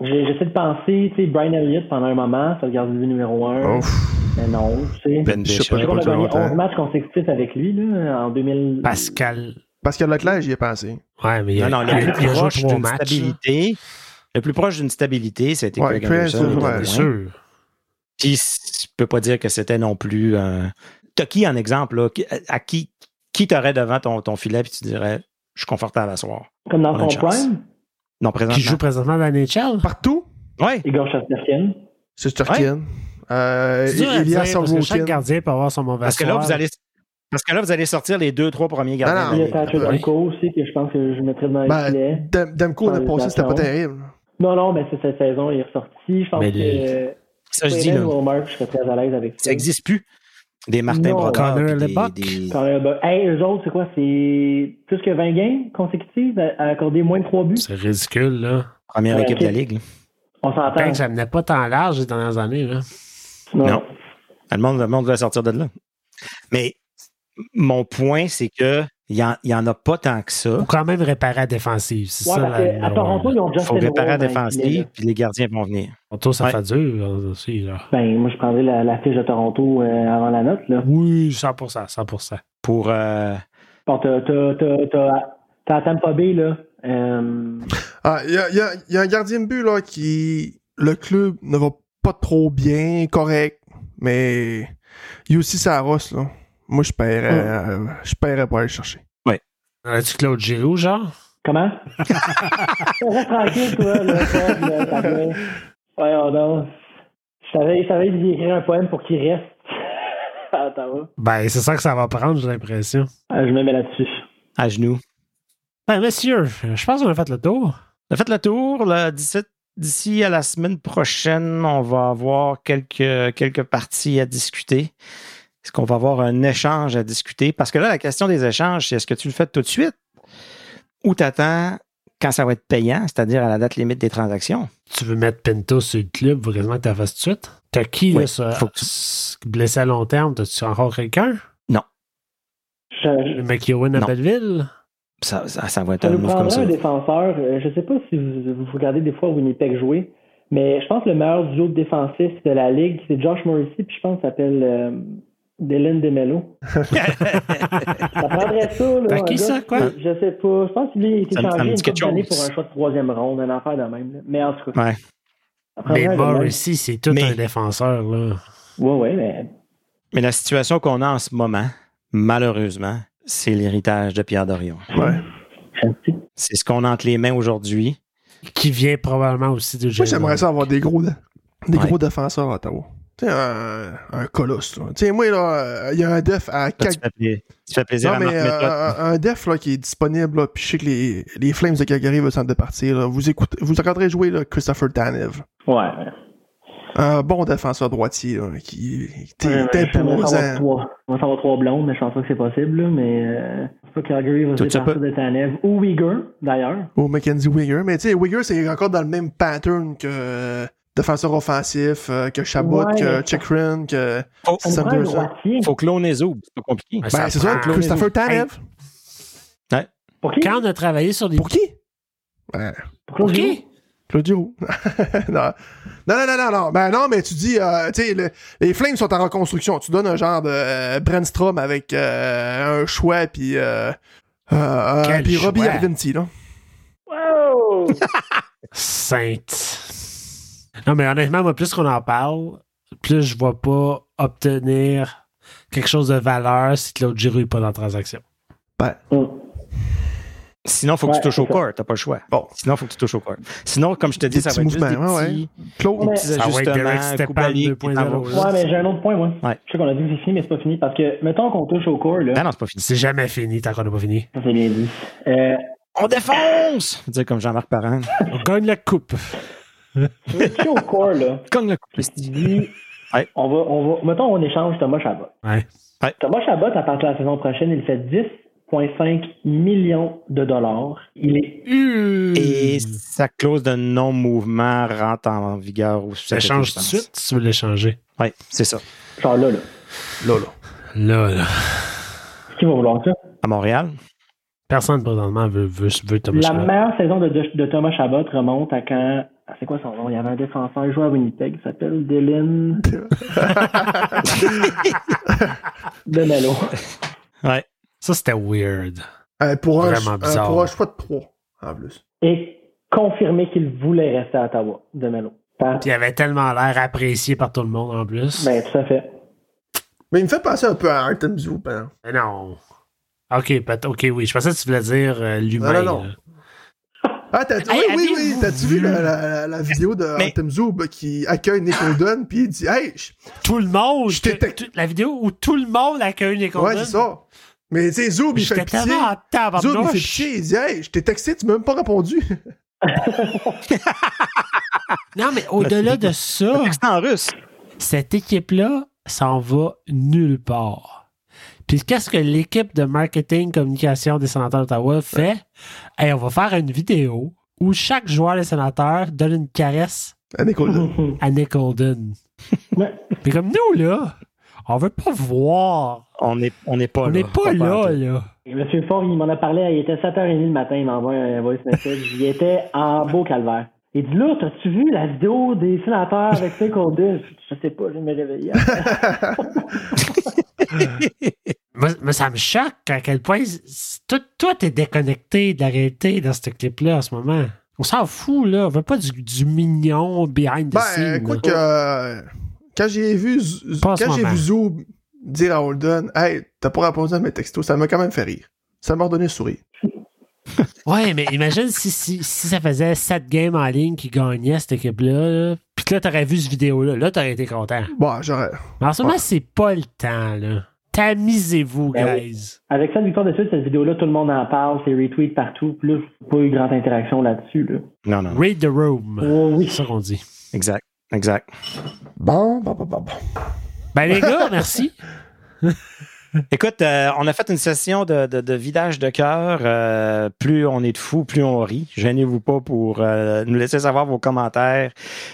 J'essaie de penser, tu sais, Brian Elliott pendant un moment, c'est le gardien numéro 1.
Ouf.
Mais non, tu sais.
Ben Bishop,
je crois qu'on a gagné 11 matchs consécutifs avec lui, là, en 2000.
Pascal.
Pascal Leclerc, j'y ai pensé.
Ouais, mais il y a,
non, non,
il
y a le plus proche d'une stabilité. Le plus proche d'une stabilité, c'était
ouais,
Craig Anderson.
bien sûr.
Puis, je peux pas dire que c'était non plus t'as qui en exemple, là, à qui, qui t'aurais devant ton, ton filet, puis tu dirais, je suis confortable à soir.
Comme dans ton prime?
Non, Euh, présentement.
Qui joue présentement dans NHL?
Partout?
Oui.
Igor Chesterkin.
Chesterkin. Ouais. Euh,
Elias Parce que chaque gardien peut avoir son mauvais
parce que là, vous allez Parce que là, vous allez sortir les deux, trois premiers gardiens.
Il y a Demko aussi, que je pense que je mettrais dans
Ben,
le filet.
Demko, on a pensé c'était pas terrible.
Non, non, mais cette saison, il est ressorti. Je pense que. euh,
Ça, Ben, je dis, là.
Walmart, je serais très à l'aise avec ça.
Ça n'existe plus. Des Martin non, Brodeur.
Connor
des,
des...
Connor euh, ben, Hey, eux autres, c'est quoi? C'est plus que 20 games consécutives à, accorder moins de 3 buts.
C'est ridicule, là.
Première ouais, équipe okay. de la Ligue. Là.
On s'entend.
que ça venait pas tant large les dernières années, là.
Ben, Non. non. Le, monde, le monde doit sortir de là. Mais mon point, c'est que il n'y en, en, a pas tant que ça.
Faut quand même réparer à défensive. C'est
ouais,
ça,
la, à Toronto, ils ont déjà
Faut réparer à
hein,
défensive, puis les gardiens vont venir.
Toronto, ça ouais. fait dur aussi. Là.
Ben, moi, je prendrais la, la fiche de Toronto euh, avant la note. Là.
Oui, 100%. 100%.
Pour. Euh...
Bon, t'as Tampa Bay, là. Il euh...
ah, y, a, y, a, y, a, un gardien de but, là, qui. Le club ne va pas trop bien, correct, mais. Il aussi sa rosse, là. Moi, je paierais, euh, je paierais pour aller le chercher.
Oui.
As-tu Claude Giroux, genre?
Comment? Reste tranquille, toi, le poème, Ouais, oh non. Je savais, je savais écrire un poème pour qu'il reste. (laughs) Attends.
Ben, c'est ça que ça va prendre, j'ai l'impression.
Ah, je me mets là-dessus.
À genoux.
Ben, messieurs, je pense qu'on a fait le tour.
On a fait le tour, le 17 D'ici à la semaine prochaine, on va avoir quelques, quelques parties à discuter. Est-ce qu'on va avoir un échange à discuter? Parce que là, la question des échanges, c'est est-ce que tu le fais tout de suite ou t'attends quand ça va être payant, c'est-à-dire à la date limite des transactions.
Tu veux mettre Pinto sur le club, faut quasiment que tu la fasses tout de suite. T'as qui,
Oui,
là, ça-
faut que tu-
s- blessé à long terme? T'as-tu encore quelqu'un?
Je-
Le McEwen à
Non.
Belleville?
Ça, ça, ça va être
Ça
un
nous
move comme
prendrait
ça. (laughs)
un défenseur. Euh, Je ne sais pas si vous, vous regardez des fois Winnipeg jouer, mais je pense que le meilleur duo défensif de la Ligue, c'est Josh Morrissey, puis je pense qu'il s'appelle euh, Dylan DeMello. Ça prendrait ça. Là,
T'as
un
qui
gars
ça, quoi?
qui- Je sais pas. Je pense qu'il a été
Ça me- ça me dit
changé une
quelque
couple d'années
chose.
pour un choix de troisième ronde, un affaire de même. là. Mais en tout cas.
Ouais.
ça
Ah
prendrait
Mais
un de même.
Morrissey, c'est tout
Mais-
un défenseur, là.
Ouais, ouais, mais
Mais la situation qu'on a en ce moment, malheureusement, c'est l'héritage de Pierre Dorion.
Ouais.
gentil.
C'est ce qu'on a entre les mains aujourd'hui.
Qui vient probablement aussi de
Moi, j'aimerais ça avoir des gros, de- des
Ouais.
gros défenseurs à Ottawa. Tu sais, un, un colosse. là. Tu sais, moi, là, euh, il y a un def à
Toi,
quatre-
tu, fais, pla- tu fais plaisir
Non,
à
mais
Marc
euh,
Method.
un un def là, qui est disponible, là, puis je sais que les, les Flames de Calgary veulent s'en départir. là. Vous, écoutez, vous entendrez jouer là, Christopher Danev.
Ouais, ouais.
Un bon défenseur droitier là, qui qui
Ouais,
est
ouais, j'aimerais savoir
imposant.
trois- On va savoir trois blondes, mais je pense pas que c'est possible. là, Mais euh, je pense pas que Calgary va se
Tout ça
départir
peut-
de Tanev ou Uyghur, d'ailleurs.
Ou Mackenzie Wigger. Mais tu sais, Wigger, c'est encore dans le même pattern que euh, défenseur offensif, euh, que Chabot,
Ouais,
que
mais-
Chikrin, que.
Faut,
On
Ça me
prend un
donne ça.
droitier.
faut cloner Zoub, c'est pas compliqué.
Ben, c'est
Ah,
ça,
prend-
Christopher Tanev.
Pour qui?
Quand on a travaillé sur des.
Pour qui Ben,
Pour Claude Giroux?
Claudio. (laughs) non. non, non, non, non, non. Ben non, mais tu dis, euh, tu sais, le- les Flames sont en reconstruction. Tu donnes un genre de euh, Brandstrom avec euh, un choix, puis euh, euh,
Quel
puis Robbie
choix?
Arventi, là.
(laughs) Wow!
Sainte. Non, mais honnêtement, moi, plus qu'on en parle, plus je vois pas obtenir quelque chose de valeur si Claude Giroux n'est pas dans la transaction.
Ben,
Sinon, il faut que
Ouais,
tu touches au
c'est ça.
corps, t'as pas le choix.
Bon.
Sinon, il faut que tu touches au corps. Sinon, comme je te dis,
Des
ça
petits
va être juste des
mouvements, ouais,
petits,
Claude.
des petits
Ça va être Derek
ajustements,
Stepan
Koubalik,
2.0,
Tavares.
là.
Ouais, mais j'ai un autre point, moi.
Ouais. Ben
Je sais qu'on a dit que c'est fini, mais c'est pas fini. Parce que, mettons qu'on touche au corps, là.
Non, non, c'est pas fini.
C'est jamais fini tant qu'on n'a pas fini.
Ça, c'est bien dit. Euh,
On défonce! Je veux dire comme Jean-Marc Parent.
On gagne la coupe.
tu veux toucher au corps, là.
Cogne le coup.
Tu dis,
Ouais.
on va, on va, mettons, on échange Thomas Chabot.
Ouais.
Thomas Chabot, à partir de la saison prochaine, il fait 10,5 millions de dollars. Il est
Euh.
Et sa clause de non-mouvement rentre en vigueur au
Ça change tout de suite si tu veux l'échanger.
Oui, c'est ça.
genre là, là.
Là, là.
Là, là.
Qui va vouloir ça?
À Montréal,
Personne présentement veut, veut, veut Thomas
La
Chabot.
meilleure saison de, de, de Thomas Chabot remonte à quand. ah, C'est quoi son nom? Il y avait un défenseur, il jouait à Winnipeg, il s'appelle Dylan. Demelo.
Ça, c'était weird.
Euh, pour, un,
Vraiment
euh,
bizarre.
pour un choix de 3, en plus.
Et confirmé qu'il voulait rester à Ottawa, Demelo. Par-
Puis il avait tellement l'air apprécié par tout le monde en plus.
Ben, tout à fait.
Mais il me fait penser un peu à Artem Zou, par exemple.
Mais non. Ok, peut- ok, oui. Je pensais que tu voulais dire euh, l'humain.
Non, non, non.
là.
Ah, t'as,
Hey,
oui, oui, oui,
avez-vous
t'as-tu vu la, la- la- la vidéo de
Mais-
Artem Zoub qui accueille Nick O'Donnell puis il dit Hey, je-
Tout le monde.
Je t'ai-
que- tu- la vidéo où tout le monde accueille les
ouais,
condamnes.
c'est ça. Mais tu sais, Zoub, il fait
J'étais
pitié.
tellement en
Zoub, il fait
tabarnouche.
pitié. Il dit Hey, je t'ai texté, tu m'as même pas répondu.
Non, mais au-delà de ça,
c'est en russe.
cette équipe-là s'en va nulle part. Puis qu'est-ce que l'équipe de marketing communication des sénateurs d'Ottawa fait? Hey, on va faire une vidéo où chaque joueur des sénateurs donne une caresse
Ah, Nick O'Donnell.
à Nick Holden.
Ouais.
Mais comme nous, là, on veut pas voir.
On n'est on n'est pas
On
là.
n'est pas là, là.
Monsieur Ford, il m'en a parlé, il était 7h30 le matin, il m'envoie un voice message. Il était en beau calvaire. Il dit Là, t'as-tu vu la vidéo des sénateurs avec Nick O'Donnell? Je sais pas, je me réveiller.
Moi, moi, ça me choque à quel point c- c- tout, tout est déconnecté de la réalité dans ce clip-là en ce moment. On s'en fout, là. On veut pas du, du mignon behind the
Ben,
scenes.
quoi que. euh, Quand j'ai vu, Z- Z-
Pas en ce
quand j'ai
moment.
vu Zoub dire à Holden Hey, t'as pas répondu à mes textos, ça m'a quand même fait rire. Ça m'a redonné le sourire.
Ouais, mais imagine si, si, si ça faisait 7 games en ligne qui gagnaient cette équipe-là. là. Puis que là, t'aurais vu cette vidéo-là. Là, t'aurais été content.
Bon, j'aurais.
Mais en ce moment, c'est pas le temps, là. Tamisez-vous,
Ben oui.
guys.
Avec cette victoire de suite, cette vidéo-là, tout le monde en parle, c'est retweet partout, puis là, j'ai pas eu grande interaction là-dessus. Là.
Non, non,
Read the room.
Oh
C'est
oui.
ça qu'on dit.
exact, exact.
Bon, bon, bon, bon, bon.
(laughs) Ben, les gars, merci.
Écoute, euh, on a fait une session de, de, de vidage de cœur. Euh, plus on est de fous, plus on rit. Gênez-vous pas pour euh, nous laisser savoir vos commentaires.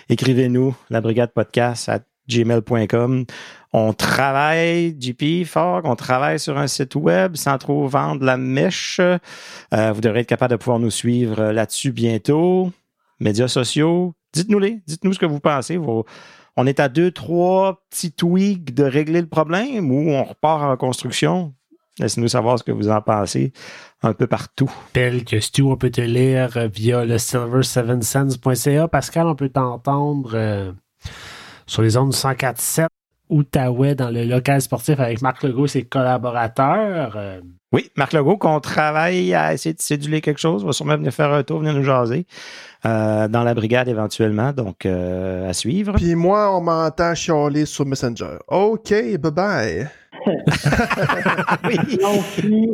Écrivez-nous, la brigade podcast à gmail.com. On travaille, JP, fort, on travaille sur un site web sans trop vendre la mèche. Euh, vous devrez être capable de pouvoir nous suivre euh, là-dessus bientôt. Médias sociaux, dites-nous-les, dites-nous ce que vous pensez. Vos, on est à deux, trois petits tweaks de régler le problème ou on repart en construction. Laissez-nous savoir ce que vous en pensez un peu partout.
Tel que Stu, on peut te lire via le silver7sense.ca. Pascal, on peut t'entendre euh, sur les ondes 104.7 Outaouais dans le local sportif avec Marc Legault et ses collaborateurs. Euh.
Oui, Marc Legault, qu'on travaille à essayer de séduler quelque chose, va sûrement venir faire un tour, venir nous jaser euh, dans la brigade éventuellement, donc euh, à suivre.
Puis moi, on m'entend chialer sur Messenger. OK, bye-bye.
Ah
oui.
(laughs)
aussi,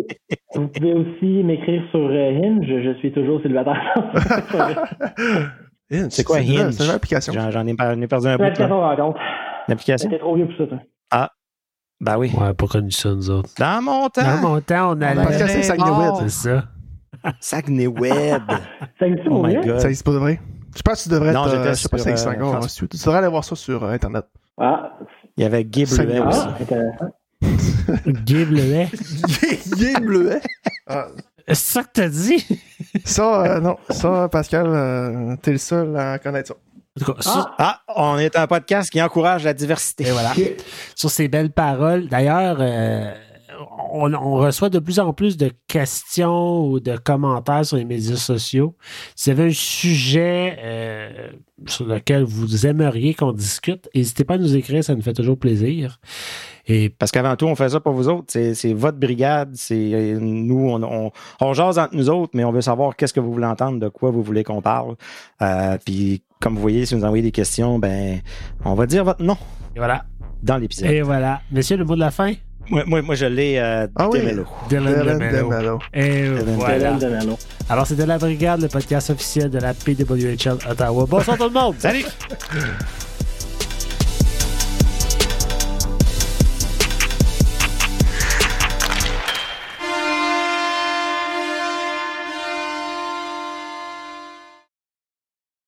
vous pouvez aussi m'écrire sur euh, Hinge, je suis toujours célibataire. (laughs)
Hinge, c'est quoi Hinge?
C'est une application.
J'en ai, perdu un bout.
C'est une
L'application?
T'es trop vieux pour ça, toi.
Ah. Ben oui.
Ouais, pas connu ça, nous autres.
Dans mon temps.
Dans mon temps, on allait.
Ah, Parce que c'est Saguenay Web.
C'est ça.
Saguenay Web.
ça existe
oh my God.
Ça existe pas de vrai. Je pense que tu devrais. Non, je sais pas si ça existe encore. hein. Tu devrais aller voir ça sur euh, Internet.
Ah.
Il y avait Guy Bleuet aussi.
Guy Bleuet.
Guy Bleuet.
(laughs) C'est ça que t'as dit?
ça, euh, non. Ça, Pascal, euh, t'es le seul à connaître ça.
Ah, ah, on est un podcast qui encourage la diversité.
Et voilà. Sur ces belles paroles. D'ailleurs, euh, on, on, reçoit de plus en plus de questions ou de commentaires sur les médias sociaux. Si vous avez un sujet euh, sur lequel vous aimeriez qu'on discute, n'hésitez pas à nous écrire, ça nous fait toujours plaisir.
Et parce qu'avant tout, on fait ça pour vous autres. C'est votre brigade. C'est euh, nous, on, on, on, jase entre nous autres, mais on veut savoir qu'est-ce que vous voulez entendre, de quoi vous voulez qu'on parle. Euh, puis, comme vous voyez, si vous nous envoyez des questions, ben, on va dire votre nom.
Et voilà.
Dans l'épisode.
Et voilà. Monsieur, le mot de la fin?
Moi, moi, moi je l'ai euh,
ah oui.
Demelo.
Dylan
Dylan Demelo.
Et voilà.
Dylan Demelo.
Alors, c'était La Brigade, le podcast officiel de la PWHL Ottawa. Bonsoir tout le monde!
Salut!